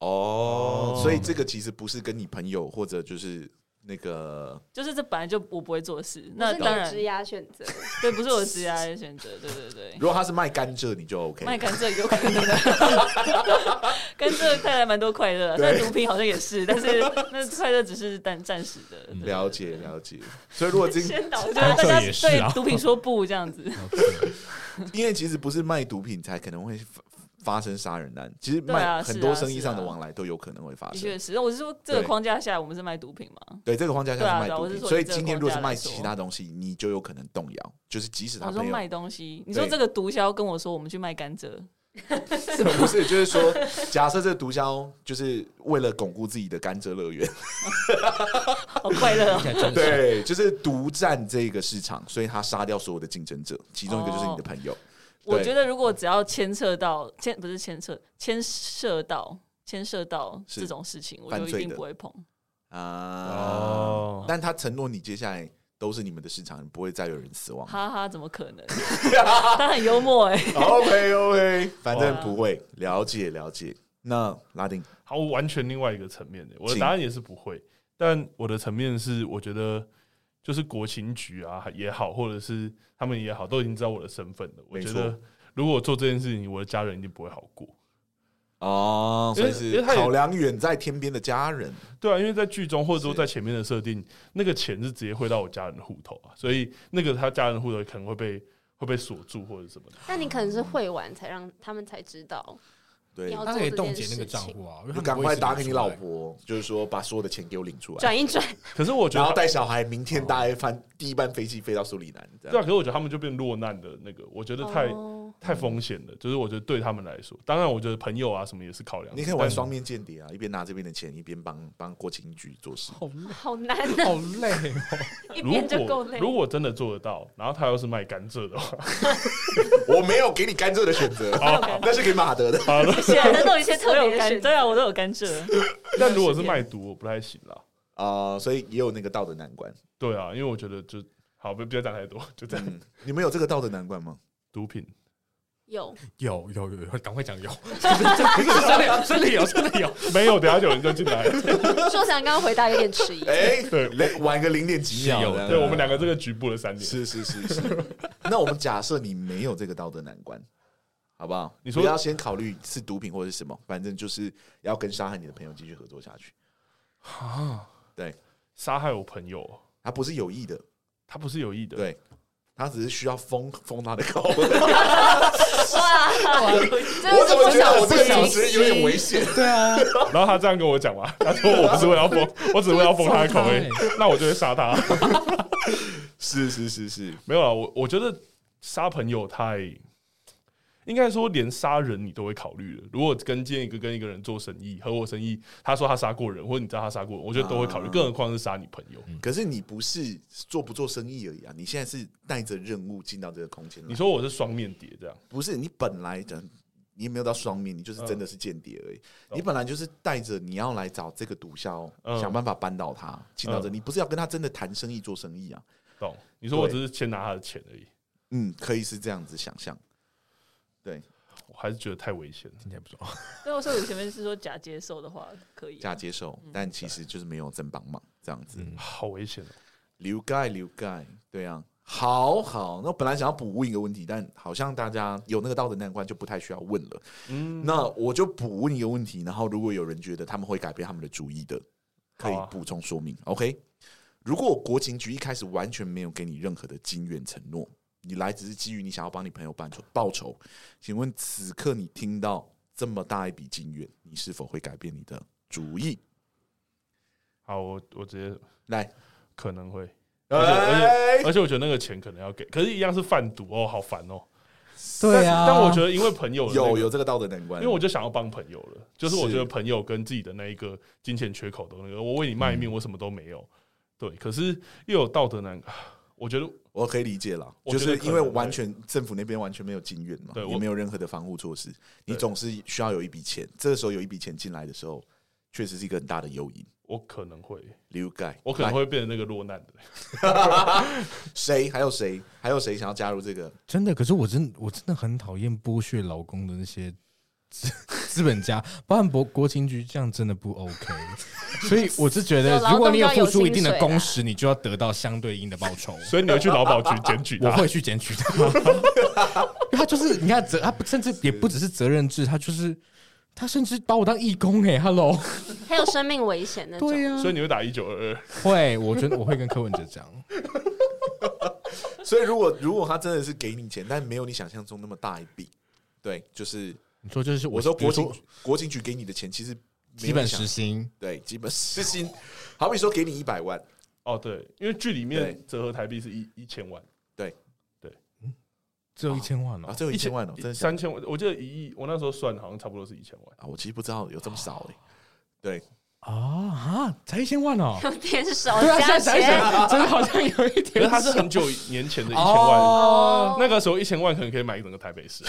哦，
所以这个其实不是跟你朋友或者就是那个
就是这本来就我不会做的事，
不
那
是你
当
的
然
职涯选择，
对，不是我的职业的选择，对对对。
如果他是卖甘蔗，你就 OK。
卖甘蔗有可能 啊，甘蔗带来蛮多快乐啊，
对
但毒品好像也是，但是那快乐只是暂暂时的。对
嗯了解了解，所以如果 今
先导，就是
甘
大
蔗
家
也是啊
对毒品说不这 样子，
因为其实不是卖毒品才可能会发发生杀人案，其实
对啊
卖很
是
多
啊
生意
是
上的
啊
往来都有可能会发
的
生
确。是。啊我是说这个
对
框架下，我们是卖毒品嘛？
对这个框架
对
下
啊
是卖
对啊
毒
我是
品，
说
所以
以这个
今天如果是
框
卖
架来
其
说
他东西，你就有可能动摇，就是即使他
我说
啊没有
卖东西，你说
对
这个毒枭跟我说我们去卖甘蔗，
不是，就是说， 假设这个毒枭就是为了巩固自己的甘蔗乐 园，
好快乐哦。
对，哎就是独占这个市场，所以他杀掉所有的竞争者，其中一个就是你的朋友。
我
对
觉得如果只要牵涉到牵不是牵涉牵涉到牵涉到
是
这种事情，我
犯
就一
罪
定
的
不会碰。
啊。
哦，
但他承诺你接下来都是你们的市场，不会再有人死亡。
哈哈，怎么 可能？他很幽默哎、
OK OK，反正不会，了解了解。那拉丁
好，我完全另外一个层面的，我的
请
答案也是不会，但我的层面是，我觉得就是国情局啊也好，或者是他们也好，都已经知道我的身份了。我
没
觉
错
得如果我做这件事情，我的家人一定不会好过。
哦，
因
所
为
以
因
是
为他也
考量远在天边的家人，
对啊，因为在剧中或者说
是
在前面的设定，那个钱是直接汇到我家人的户头啊，所以那个他家人的户头可能会被会被锁住或者什么的。
那你可能是会玩才让他们才知道。
对，
要
你
哎他可以冻结那个账户啊，因为
就
他们
赶
不会
快
自己
打给你
出来
老。婆，就是说把所有的钱给我领出来。
转一转，
可是我觉
然后
得，
带小孩，明天搭一班第一班飞机飞到苏里南，这
对
样
啊，可是我觉得他们就变落难的那个，我觉得太、
哦
太风险了。就是我觉得对他们来说，当然我觉得朋友啊什么也是考量。
你可以玩
但
双面间谍啊，一边拿这边的钱，一边帮帮国情局做事。
好累，
好难啊，
好累哦！
一
如
边就够
果
累。
如果真的做得到，然后他又是卖甘蔗的话，
我没有给你甘蔗的选择， 那是给马德的。
好了。
欸，
啊那都有一些特
我有
别的
甘
选择
对啊，我都有甘蔗。
但如果是卖毒，我不太行啦。
啊，所以也有那个道德难关。
对啊，因为我觉得就好，不不要讲太多， 就这样。
嗯，你们有这个道德难关吗？
毒品
有
有有有有，赶快讲有， 真的真的真的真的有真的有，
没有，等下就有人就进 来了。
硕翔刚刚回答有点迟疑，
哎，
对
来玩个零点几秒
是有
这样。
对我们两个这个局部了三年。
是是是是。 那我们假设你没有这个道德难关，好不好？
你说
不要先考虑是毒品或者是什么，反正就是要跟杀害你的朋友继续合作下去。
杀害我朋友，
他不是有意的，
他不是有意的。
对他只是需要封封他的口。
哇，
我怎么觉得我这个
小
小时有点危险？
对啊，
然后他这样跟我讲嘛，他说我不是为了要封，我只是为了要封他的口味
这个，
那我就会杀他。
是是是是，
没有啊，我我觉得杀朋友太，应该说连杀人你都会考虑的。如果跟今天一个跟一个人做生意、合伙生意，他说他杀过人，或者你知道他杀过人，我觉得都会考虑，
啊
更何况是杀你朋友。
可是你不是做不做生意而已啊，你现在是带着任务进到这个空间来。
你说我是双面谍这样，
不是你本来的，你没有到双面，你就是真的是间谍而已。你本来就是带着你要来找这个毒枭，
嗯
想办法扳倒他，进到这，你不是要跟他真的谈生意做生意啊？
懂？你说我
对
只是先拿他的钱而已，
嗯，可以是这样子想象。
我还是觉得太危险了。啊
听起来不错。
对，啊我说我前面是说假接受的话可以啊，
假接受，但其实就是没有真帮忙这样子。
好危险哦！
刘盖，刘盖，对啊，好好。那我本来想要补问一个问题，但好像大家有那个道德难关就不太需要问了。
嗯，
那我就补问一个问题，然后如果有人觉得他们会改变他们的主意的，可以
好啊
补充说明。OK，如果国情局一开始完全没有给你任何的金援承诺，你来只是基于你想要帮你朋友办仇报仇，请问此刻你听到这么大一笔金援，你是否会改变你的主意？
好，我我直接
来，
可能会，而且而
哎
且而且我觉得那个钱可能要给，可是一样是贩毒哦，好烦哦。
对啊，
但哎但我觉得因为朋友的那个
哎有有这个道德难关，
因为我就想要帮朋友了，就是我
是
觉得朋友跟自己的那一个金钱缺口的那个，我为你卖
嗯
命，我什么都没有，对，可是又有道德难， 我觉得
我可以理解了，
我
就
觉得
是
可能
因为完全政府那边完全没有金援嘛
对，我
也没有任何的防护措施，你总是需要有一笔钱。这个时候有一笔钱进来的时候，确实是一个很大的诱因。
我可能会，
刘盖，
我可能
来
会变成那个落难的，
谁？还有谁？还有谁想要加入这个？
真的，可是我真我真的很讨厌剥削劳工的那些资 资本家，包含国国情局这样真的不 OK。所以我是觉 得
就劳，动
如果你有付出一定
要有薪水
的
啊啦
工时，你就要得到相对应的报 酬。
所以你会去劳保局检举
我
啊
他。
会去检举他， 因为他就是你看责，他甚至也不只是责任制，他就是他甚至把我当义工哎、欸、，Hello，
还有生命危险那种。
对呀、
啊
所以你会打一九二二，
会，我觉得我会跟柯文哲讲，
所以如果如果他真的是给你钱，但没有你想象中那么大一笔，对，就是
你说就是
我说
比如
国情国情局给你的钱，其实没有
基本
你想
时薪，
对基本时薪，好比说给你一百万，
哦对，因为剧里
对
面折合台币是一一千万，
只有一千万了、
啊，最后一千万哦，真的假的
三千万，我记得一亿，我那时候算好像差不多是一千万，
啊，我其实不知道有这么少哎。对，
啊哈，才一千 万哦、
有点少
对啊，现
加
在想一
钱，
想，真的好像有一
可
点
是它是很久年前的一千万，
哦，
那个时候一千万可能可以买整个台北市，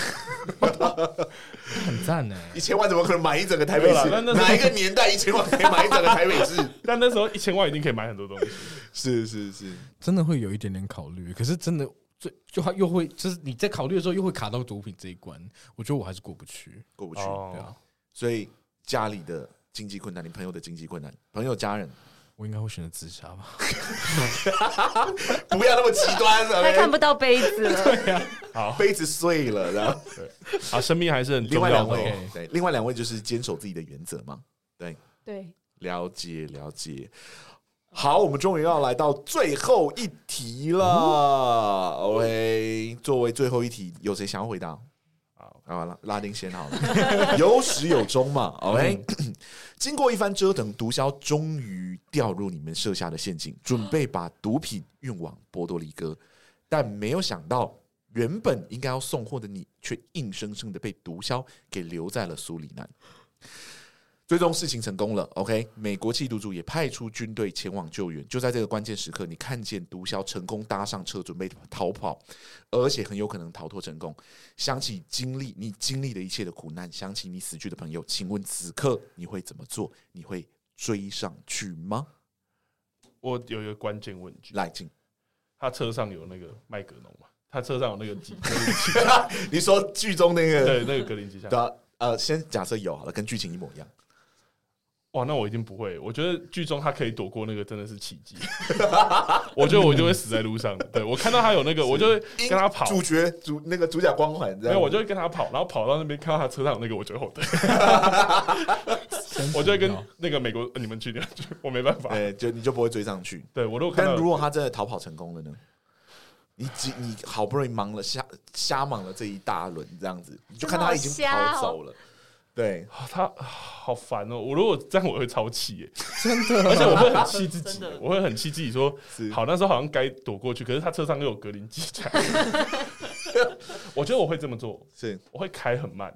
很赞欸呢。
一千万怎么可能买一整个台北市
对啦那？那
哪一个年代一千万可以买一整个台北市？
但那时候一千万已经可以买很多东西。
是是是，
真的会有一点点考虑，可是真的最就还又会就是你在考虑的时候又会卡到毒品这一关，我觉得我还是过不去。
过不去。
对啊
哦，
所以家里的经济困难，你朋友的经济困难，朋友家人，
我应该会选择自杀 吧？
不要那么极端
他看
了，
不到杯子了。
好
杯子碎了。然后
啊，生命还是很
另
重
外
要
两
的
位
哦。
OK，
对，另外两位就是坚守自己的原则嘛。
对，
了解了解。好，我们终于要来到最后一题了。OK，作为最后一题，有谁想要回答？
好，
好了，拉丁先好了，有始有终嘛。OK，、经过一番折腾，毒枭终于掉入你们设下的陷阱，准备把毒品运往波多黎各，但没有想到，原本应该要送货的你，却硬生生的被毒枭给留在了苏里南。最终事情成功了，OK。美国缉毒组也派出军队前往救援。就在这个关键时刻，你看见毒枭成功搭上车，准备逃跑，而且很有可能逃脱成功。想起经历你经历的一切的苦难，想起你死去的朋友，请问此刻你会怎么做？你会追上去吗？
我有一个关键问句，
来劲，
他车上有那个麦格农嘛？他车上有那个机，格林机
你说剧中那个
对，那个格林机箱。
的呃，先假设有好了，跟剧情一模一样。
哇，那我一定不会。我觉得剧中他可以躲过那个，真的是奇迹。 我觉得我就会死在路上。对我看到他有那个，我就会跟他跑。
主角主那个主角光环这
没
样，
有，我就会跟他跑，然后跑到那边看到他车上有那个，我就会后退。 我就会跟那个美国，呃你们去，你们
哎
去，我没办法。
对，就你就不会追上去。
对我如果看
但
到
如果他真的逃跑成功了呢？你只你好不容易忙了瞎瞎忙了这一大轮，这样子你就
真
看
的
他
好
已经
瞎
跑
哦
走了。对，
啊他啊好烦哦！我如果这样，我会超气耶，
真的，
而且我会很气自己
真的，
我会很气自己说，
是
好，那时候好像该躲过去，可是他车上又有格林机枪， 我觉得我会这么做，
是
我会开很慢，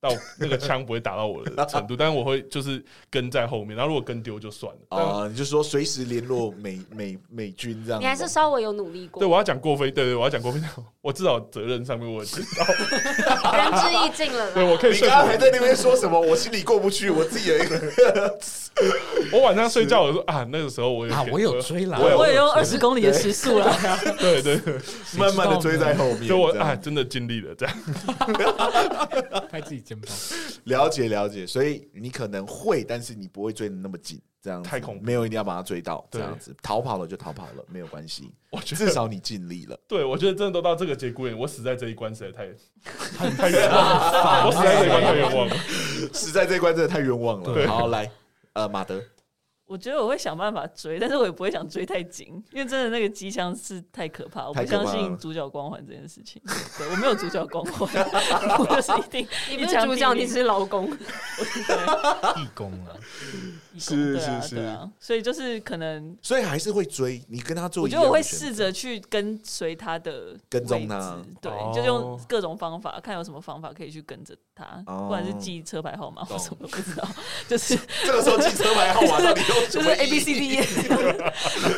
到那个枪不会打到我的程度，但是我会就是跟在后面，然后如果跟丢就算了。但
啊，你就说随时联络美 美美军这样
你
子。
还是稍微有努力过
对，，我要讲过飞，对对，我要讲过飞，我至少责任上面我 知道，
仁至义尽了啦。
对我可以
你
睡
刚。刚还在那边说什么？我心里过不去，我自己有 一个。
我晚上睡觉，我说啊，那个时候我有
啊，
给
我有追啦，
我有
我也用二十公里的时速了，
对对， 对
慢慢的追在后面。
所以我
这样
啊真的尽力了，这样
拍自己肩膀，
了解了解，所以你可能会，但是你不会追的那么紧，这样子
太恐怖
没有一定要把它追到，这
对
样子逃跑了就逃跑了，没有关系，
我觉
至
得
少你尽力 了。
对，我觉得真的都到这个节骨眼，我死在这一关实在太
很啊
太冤枉了，
烦
我死在这一关太冤枉了。
实在这一关真的太冤枉了。
对
好，来，呃，马德，
我觉得我会想办法追，但是我也不会想追太紧，因为真的那个机枪是太可怕，我
太
不
可怕
相
了
信主角光环这件事情。对我没有主角光环， 我就是一定
你
一
不是
枪
主
毙
角，
命
你是老公。
对
义工啊，
义工
是
对啊
是是
对啊，所以就是可能。
所以还是会追，你跟他做
我
一
觉
样
得
的选择，
我会试着去跟随他的
跟踪
位
他
置对
哦，
就用各种方法，看有什么方法可以去跟着他，
哦
不管是记车牌号码
懂
或什么，我不知道， 就是
这个时候汽车牌号码到底有
就
什
是
么
A
意
B
义
C D E，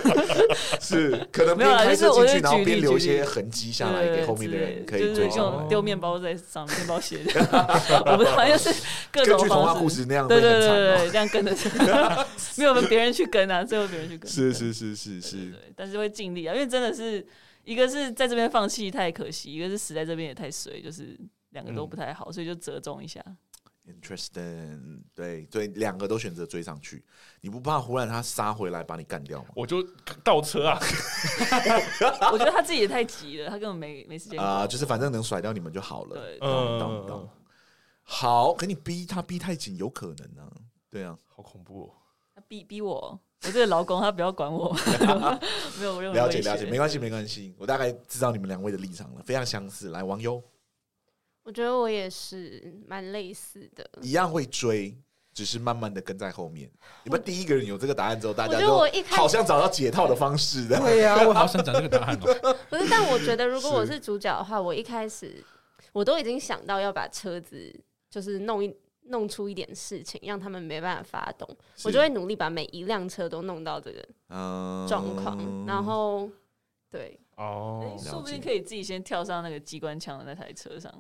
是可能
没
边
有啦
开车
就是
进去，
我就
然后
举例
边留一
举例
些痕迹下来给后面的人可以
就是
追哦
这
上来
种。丢面包在上面，面包屑这样， 我们反正就是各
根
种
据童话
方
故
式，
事那样会
对对
很
对
惨
对，
哦。
对这样跟着 他，没有别人去跟啊，最后别人去跟，
是是是是
对对
是，
对，但是会尽力啊，因为真的是一个是在这边放弃太可惜，一个是死在这边也太衰，就是两
嗯
个都不太好，所以就折中一下。
Interesting，对对，两个都选择追上去，你不怕忽然他杀回来把你干掉吗？
我就倒车啊，
我觉得他自己也太急了，他根本没没时间。
啊、就是反正能甩掉你们就好了。
对，
懂
嗯，
懂懂。好，可你逼他逼太紧，有可能啊。对啊，
好恐怖哦！
他逼逼我，我这个老公他不要管我， 嗯没有任何
了解
威胁
了解，没关系没关系，我大概知道你们两位的立场了，非常相似。来，王优
我觉得我也是蛮类似的。
一样会追，只是慢慢的跟在后面。你们第一个人有这个答案之后，大
我
家
觉得
就
我一开
好像找到解套的方式的。
对 呀，我好想讲这个答案哦，
不是，但我觉得如果我是主角的话，我一开始我都已经想到要把车子就是弄一弄出一点事情，让他们没办法发动，
是
我就会努力把每一辆车都弄到这个
嗯
状况，然后对，
哦，
哎说不定可以自己先跳上那个机关枪的那台车 上，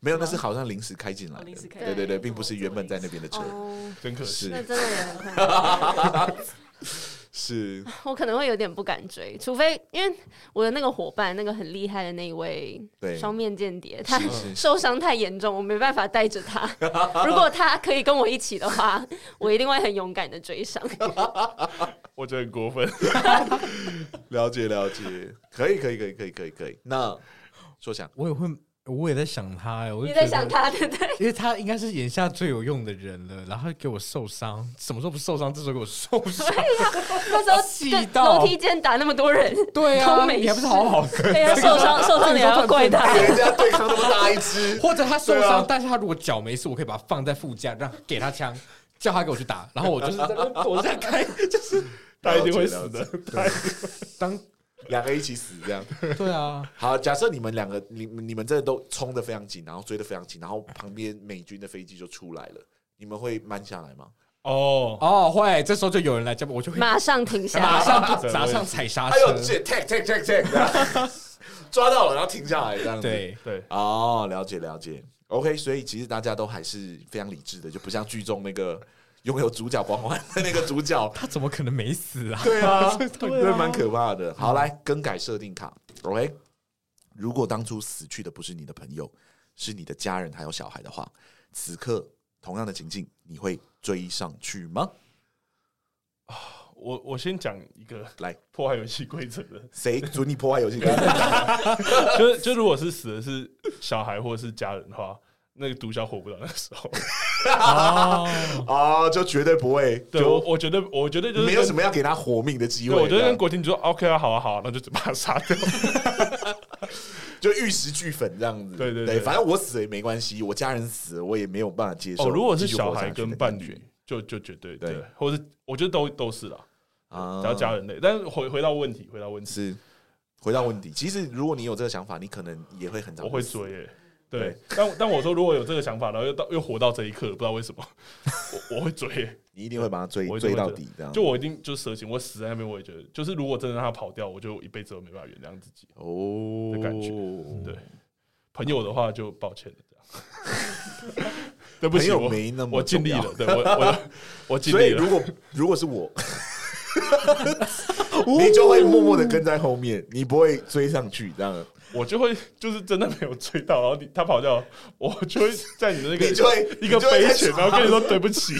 没有，那是好像临时开进来
哦临
的
时，开
对对对，
对
并不是原本在那边的车，
哦，
真可惜。
那
是
真的也 很困难。
是
我可能会有点不敢追，除非因为我的那个伙伴，那个很厉害的那一位
对
双面间谍，他
是是
受伤太严重，我没办法带着他。 如果他可以跟我一起的话，我一定会很勇敢的追上。
我觉得很过 分。
了解了解，可以可以可以可以可以可以。那说想
我也会，我也在想他哎，我就觉
你在
得
想他，对不对？
因为他应该是眼下最有用的人了，然后给我受伤，什么时候不受伤？这时候给我受伤，
那时候
气
这
到
楼梯间打那么多人，
对
都
啊，
没事
你还不是 好好的？
哎呀，受 伤受伤你还要怪他，
人家哎对抗那么大一只，
或者他受
对
伤
啊，
但是他如果脚没事，我可以把他放在副驾，让给他枪， 叫他给我去打，然后我就是在那边躲在开，就是
他一定会死的。
当
两个一起死这样。
对啊，
好，假设你们两个，你你们真的都冲的非常紧，然后追的非常紧，然后旁边美军的飞机就出来了，你们会慢下来吗？
哦，
哦会，这时候就有人来叫我，我就会
马上停下
马
来。
上
对
马上踩刹
哎呦
车，
这 tag tag tag tag，这 样抓到了，然后停下来这样子。
对，
对，
哦，了解了解。OK，所以其实大家都还是非常理智的，就不像剧中那个拥有主角光环的那个主 角，
他怎么可能没死啊？
对啊，对，蛮可怕的。好，来更改设定卡，OK。如果当初死去的不是你的朋友，是你的家人还有小孩的话，此刻同样的情境，你会追上去吗？
我我先讲一个
来
破坏游戏规则的，
谁准你破坏游戏规则？
就是就如果是死的是小孩或者是家人的话，那个毒枭活不到那个时 候。
哦，
啊，就绝对不会，
对，我
就
我觉得，我觉得就是
没有
跟
什么要给他活命的机
对，
会。
我觉得
这
跟
样
国婷就说 OK 啊，好啊，好啊，那 就把他杀掉。
就玉石俱焚这样子。
对对
对
对
反正我死了也没关系，我家人死了我也没有办法接受。
哦，如果是
继续活
小
下
孩
去
跟
的
伴
感
侣
觉，
就就绝对
对
对，嗯或是我觉得都都是啦，
啊
只要家人类。但是回回到问题，回到问题，
是回到问题，其实如果你有这个想法，你可能也会很早
我会
死
追耶。对，但但我说如果有这个想法，然后又到又活到这一刻，不知道为什么，我我会追耶。
你一定会把他追
我一
追
定会
到
追
底，这样
就我一定就是蛇形，我死在那边，我也觉得，就是如果真的让他跑掉，我就一辈子都没办法原谅自己。
哦
的感觉对，朋友的话就抱歉了，这样。 对不
朋
起，
友
我
没那么
我尽力
重要
了，对我 我我尽
所以
力了
如。果如果是 我，你就会默默的跟在后面，你不会追上去，这样
我就会就是真的没有追到，然后你他跑掉，我就会在你的那个
你就会
一个
你就会
杯
在
前，
床
然后跟你说对不起。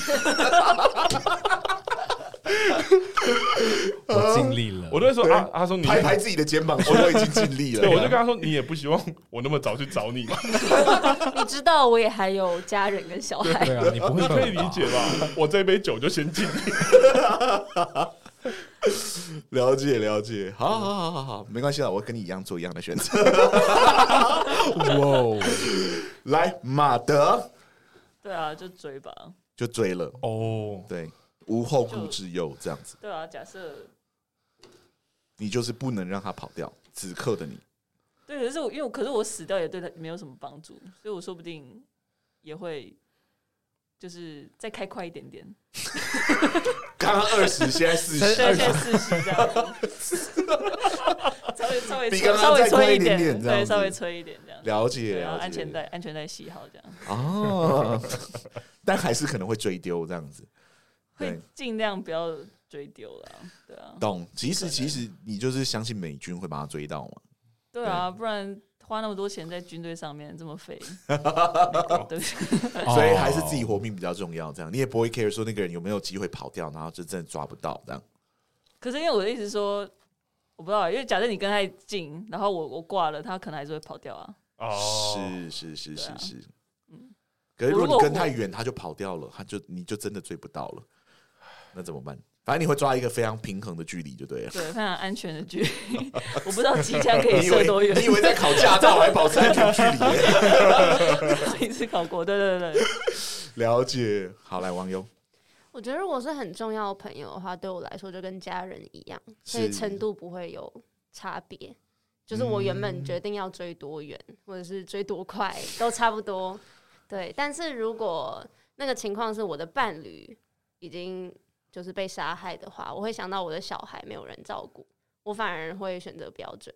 我尽力了，
我都会说
对
啊，阿松你，
拍啊拍自己的肩膀，说我已经尽力了。
对我就跟他说，你也不希望我那么早去找你嘛，
你知道我也还有家人跟小孩，
对啊，你不会
你可以理
吧
解吧？我这杯酒就先敬你。
了解了解，好好好好好，没关系啦，我跟你一样做一样的选择。
哇哦，
来，马德
对啊，就追吧。
就追了，
哦，
对，无后顾之忧这样子，
对啊，假设
你就是不能让他跑掉。此刻的你，
对，可是我因为我可是我死掉也对他没有什么帮助，所以我说不定也会就是再开快一点 点，
刚刚二十，现在四
对，
十，
现在四十这样， 稍微稍微
比
吹
刚刚
稍微
再快
吹
一点点这样
对，
子
稍微吹一点这样，
了解
对，然
了
后
解，
安全带安全带系好这样，
哦， 但还是可能会追丢这样子。对
会尽量不要追丢了，对啊，
懂，其实其实你就是相信美军会把他追到嘛？
对啊，不然花那么多钱在军队上面这 么费，对，哦
所以还是自己
哦
活命比较重要。这样你也不会 care 说那个人有没有机会跑掉，然后就真的抓不到这样。
可是因为我的意思是说。我不知道，因为假设你跟太近，然后我我挂了，他可能还是会跑掉啊。
哦，
是是是
对
是
啊
是。
嗯
可是如
我如
果
果
你跟太远，他就跑掉了，他就你就真的追不到了，那怎么办？反正你会抓一个非常平衡的距离就对了。
对，非常安全的距离。 我不知道机枪可以
你以
射多
为
远，
你以为在考驾照还保持安全距离 耶？
自己是考过，对对对，
了解，好来王优
我觉得如果是很重要的朋友的话，对我来说就跟家人一样，所以
是
程度不会有差别。就是我原本决定要追多远，或者是追多快，都差不多。对，但是如果那个情况是我的伴侣已经就是被杀害的话，我会想到我的小孩没有人照顾，我反而会选择不要追。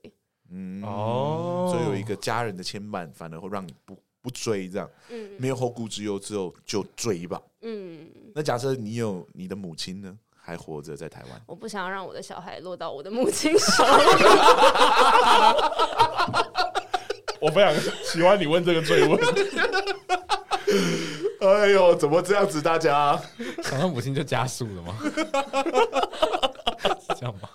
嗯
哦
所以有一个家人的牵绊，反而会让你不不追这样。
嗯
没有后顾之忧之后就追吧。
嗯，
那假设你有你的母亲呢，还活着在台湾，
我不想让我的小孩落到我的母亲手里。
我非常喜欢你问这个追问。
哎呦，怎么这样子？大家
想到母亲就加速了吗？ 是这样吗？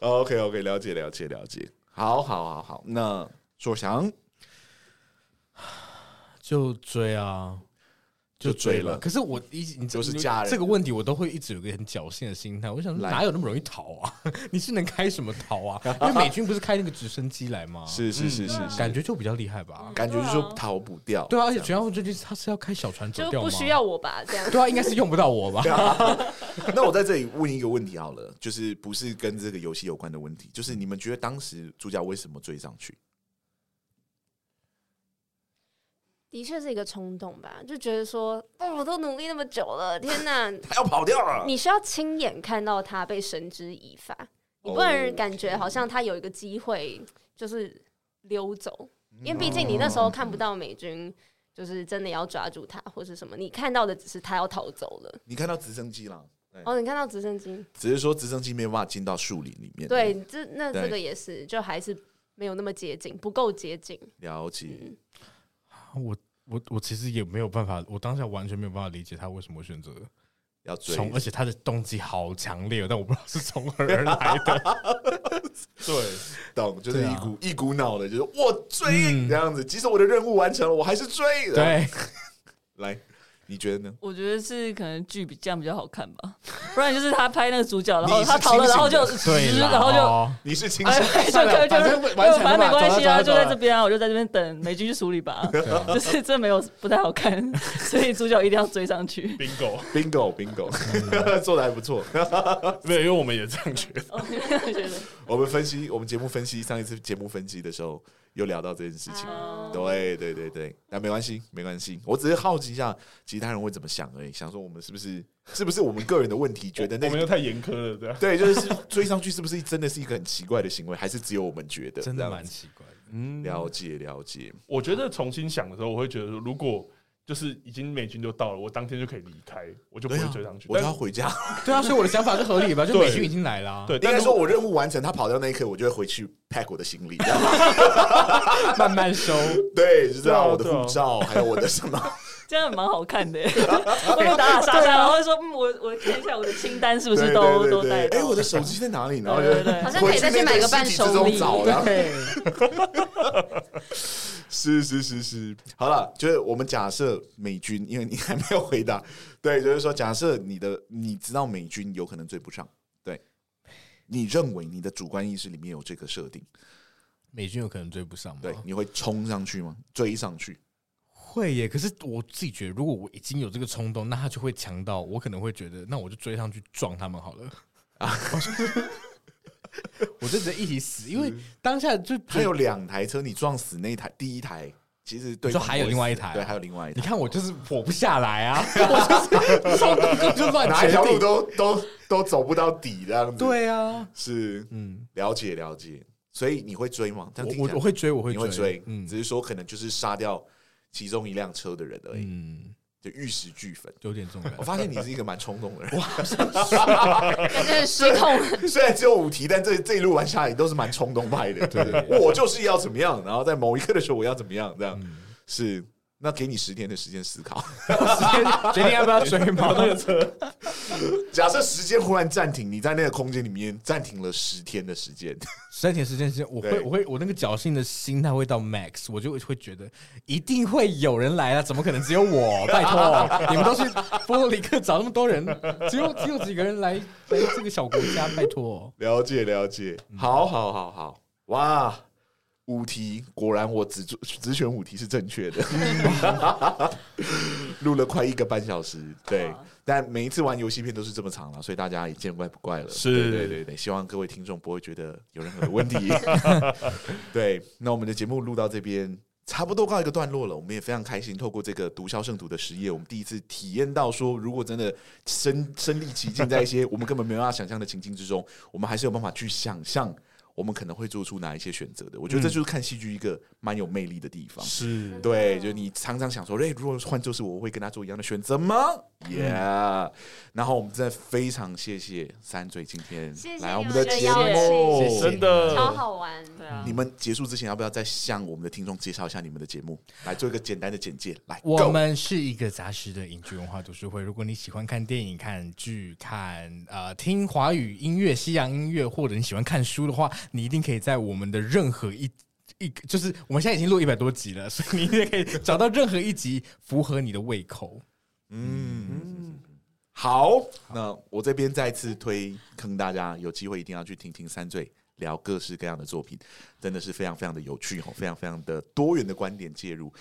OK OK，了解了解了解。好好好好，那硕翔
就追啊，
就追了
可是我一直你
就是
你
家人
这个问题，我都会一直有个很侥幸的心态。我想说
来
哪有那么容易逃啊？ 你是能开什么逃 啊？因为美军不是开那个直升机来吗？
是是是是嗯是，
感觉就比较厉害吧？
感觉就是
嗯对
说
啊
逃不掉。
对啊，而且全副最近他是要开小船走
就
掉吗？
不需。要我吧，这样。
对啊，应该是用不到我吧？
那我在这里问一个问题好了，就是不是跟这个游戏有关的问题，就是你们觉得当时主角为什么追上去？
的确是一个冲动吧，就觉得说，哦，我都努力那么久了，天哪！
他要跑掉了。
你需要亲眼看到他被绳之以法，你不能感觉好像他有一个机会就是溜走，因为毕竟你那时候看不到美军就是真的要抓住他或是什么，你看到的只是他要逃走了。
你看到直升机了，
哦，你看到直升机，
只是说直升机没有办法进到树林里面。
对，这那
对
这个也是，就还是没有那么接近，不够接近。
了解。
嗯
我我我其实也没有办法，我当下完全没有办法理解他为什么选择
要追
从，而且他的动机好强烈哦，但我不知道是从何而来的。
对，
懂，就是
对啊
一股、一股脑的，就是我追、
嗯
这样子。即使我的任务完成了，我还是追。然后，
对，
来，你觉得呢？
我觉得是可能剧比这样比较好看吧，不然就是他拍那个主角，然后
你是
他逃了，
清醒的啊
然后就
对 啦，
然后就
哦
你是清
哎
醒，
就
算了
就就
反正完成了吧
反正没关系啊，就
走了走了
在这边啊，我就在这边等美军去处 理吧。就是这没有不太好看， 所以主角一定要追 上去。
bingo，
bingo bingo，做的 还不错。
没有，因为我们也这样觉得。
哦我觉得
我们分析，我们节目分析上一次节目分析的时候，又聊到这件事情。
哦
对对对对，那没关系，没关系。我只是好奇一下其他人会怎么想而已，想说我们是不是是不是我们个人的问题，觉得那
我们又太严苛了，这样。
对，就是追上去是不是真的是一个很奇怪的行为，还是只有我们觉得？
真
这
的
样
蛮
子
奇怪的。
嗯
了解了解，
我觉得重新想的时候，我会觉得说，如果就是已经美军就到了，我当天就可以离开，我就不
对
会
啊
追上去。
我就要
但
回 家。
对啊，所以我的想法是合理吧？就
对
美军已经来了啊，
对，
应
但
该
是
说我任务完成，他跑掉那一刻，我就会回去 pack 我的行李，然后
慢 慢收。
对，就是
对啊
我的
对啊
护照，还有我的什么。
这样蛮好看 的，我就打打杀杀，然后说，嗯，我我看一下我的清单是不是都
对对
都
对
带
对哎，
到
我。的手机在哪里呢？
对对对
好像可以再去买个伴手
回
礼
去那堆尸体之中 找然后
对，
是是是是，好了，就是我们假设美军，因为你还没有回答， 对，就是说假设你的你知道美军有可能追不上，对，你认为你的主观意识里面有这个设定，
美军有可能追不上吗？
对，你会冲上去吗？追上去？
会耶。可是我自己觉得，如果我已经有这个冲动，那他就会强到我，可能会觉得，那我就追上去撞他们好了。啊， 我就直接一起死，因为当下就
还
还
有两台车，你撞死那一台第一台，其实对
就
方
还有
不会
另外一
死
台啊
对，还有另外一
你
台，
看我就是活不下来 啊，我就是冲动就乱
哪一
决
条路
定。
都都都走不到底这样子，，
对啊，
是
嗯，
了解了解，所以你会追吗？这样
我
听起
我
来
我会追，我会
你会追，
嗯
只是说可能就是杀掉其中一辆车的人而已，
嗯，
就玉石俱焚。
有点重感
我。发现你是一个蛮冲动的 人，
但是失控 了，
虽然只有五题，但这这一路玩下来，你都是蛮冲动派 的。对，我就是要怎么样，然后在某一刻的时候，我要怎么样，这样、
嗯
是。那给你十天的时间思考。
决定要不要追吗？
假设时间忽然暂停，你在那个空间里面暂停了十天的时间，
三点时间时间，我会
对
我会我那个侥幸的心态会到 max，我就会觉得一定会有人来啊，怎么可能只 有我？拜托，你们都去波多黎各找那么多人，只有只有几个人来来这个小国家，拜托。
了解了解，好好好好，哇，五题果然我只做只选五题是正确的， 录了快一个半小时，对，但每一次玩游戏片都是这么长了，所以大家也见怪不怪了，
是
对对对对，希望各位听众不会觉得有任何的问 题，对，那我们的节目录到这边。差不多告一个段落了，我们也非常开心。透过这个毒枭圣徒的实验，我们第一次体验到说，如果真的身身临其境，在一些我们根本没有办法想象的情境之中，我们还是有办法去想象我们可能会做出哪一些选择的。我觉得这
嗯
就是看戏剧一个蛮有魅力的地方。
是
对，就是你常常想说，哎、如果换作是我，我会跟他做一样的选择吗？Yeah。然后我们真的非常谢谢三嘴今天
谢谢
来我们
你
的
们
节
的邀
目，
请
真
超
的。
好玩。
对 啊
你，们结束之前，要不要再向我们的听众介绍一下你们的节目，来做一个简单的简介？来，
我
go
们是一个杂食的影剧文化读书会。如果你喜欢看电影、看剧、看呃听华语音乐、西洋音乐，或者你喜欢看书的话，你一定可以在我们的任何一一个，就是我们现在已经录一百多集了，所以你一定可以找到任何一集符合你的胃口。
嗯，好，那我这边再次推坑大家，有机会一定要去听听三醉聊各式各样的作品，真的是非常非常的有趣哦，非常非常的多元的观点介入。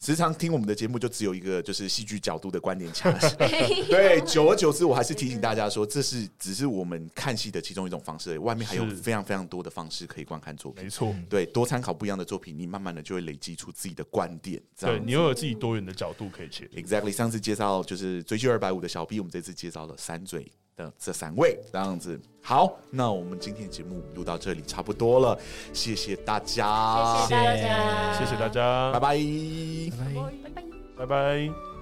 时常听我们的节目，就只有一个就是戏剧角度的观点 强。对，久而久之，我还是提醒大家说，这是只是我们看戏的其中一种方式而已，外面还有
是
非常非常多的方式可以观看作
没
品。
错，
对，多参考不一样的作品，你慢慢的就会累积出自己的观点。这样
对
子嗯
你又有自己多元的角度可以切入。
Exactly，上次介绍就是追剧二百五的小 B，我们这次介绍了三嘴的这三位，这样子。好，那我们今天节目录到这里差不多了，谢谢大家，
谢谢大家，
谢谢大家，
拜拜。
拜拜。
拜拜。
拜拜。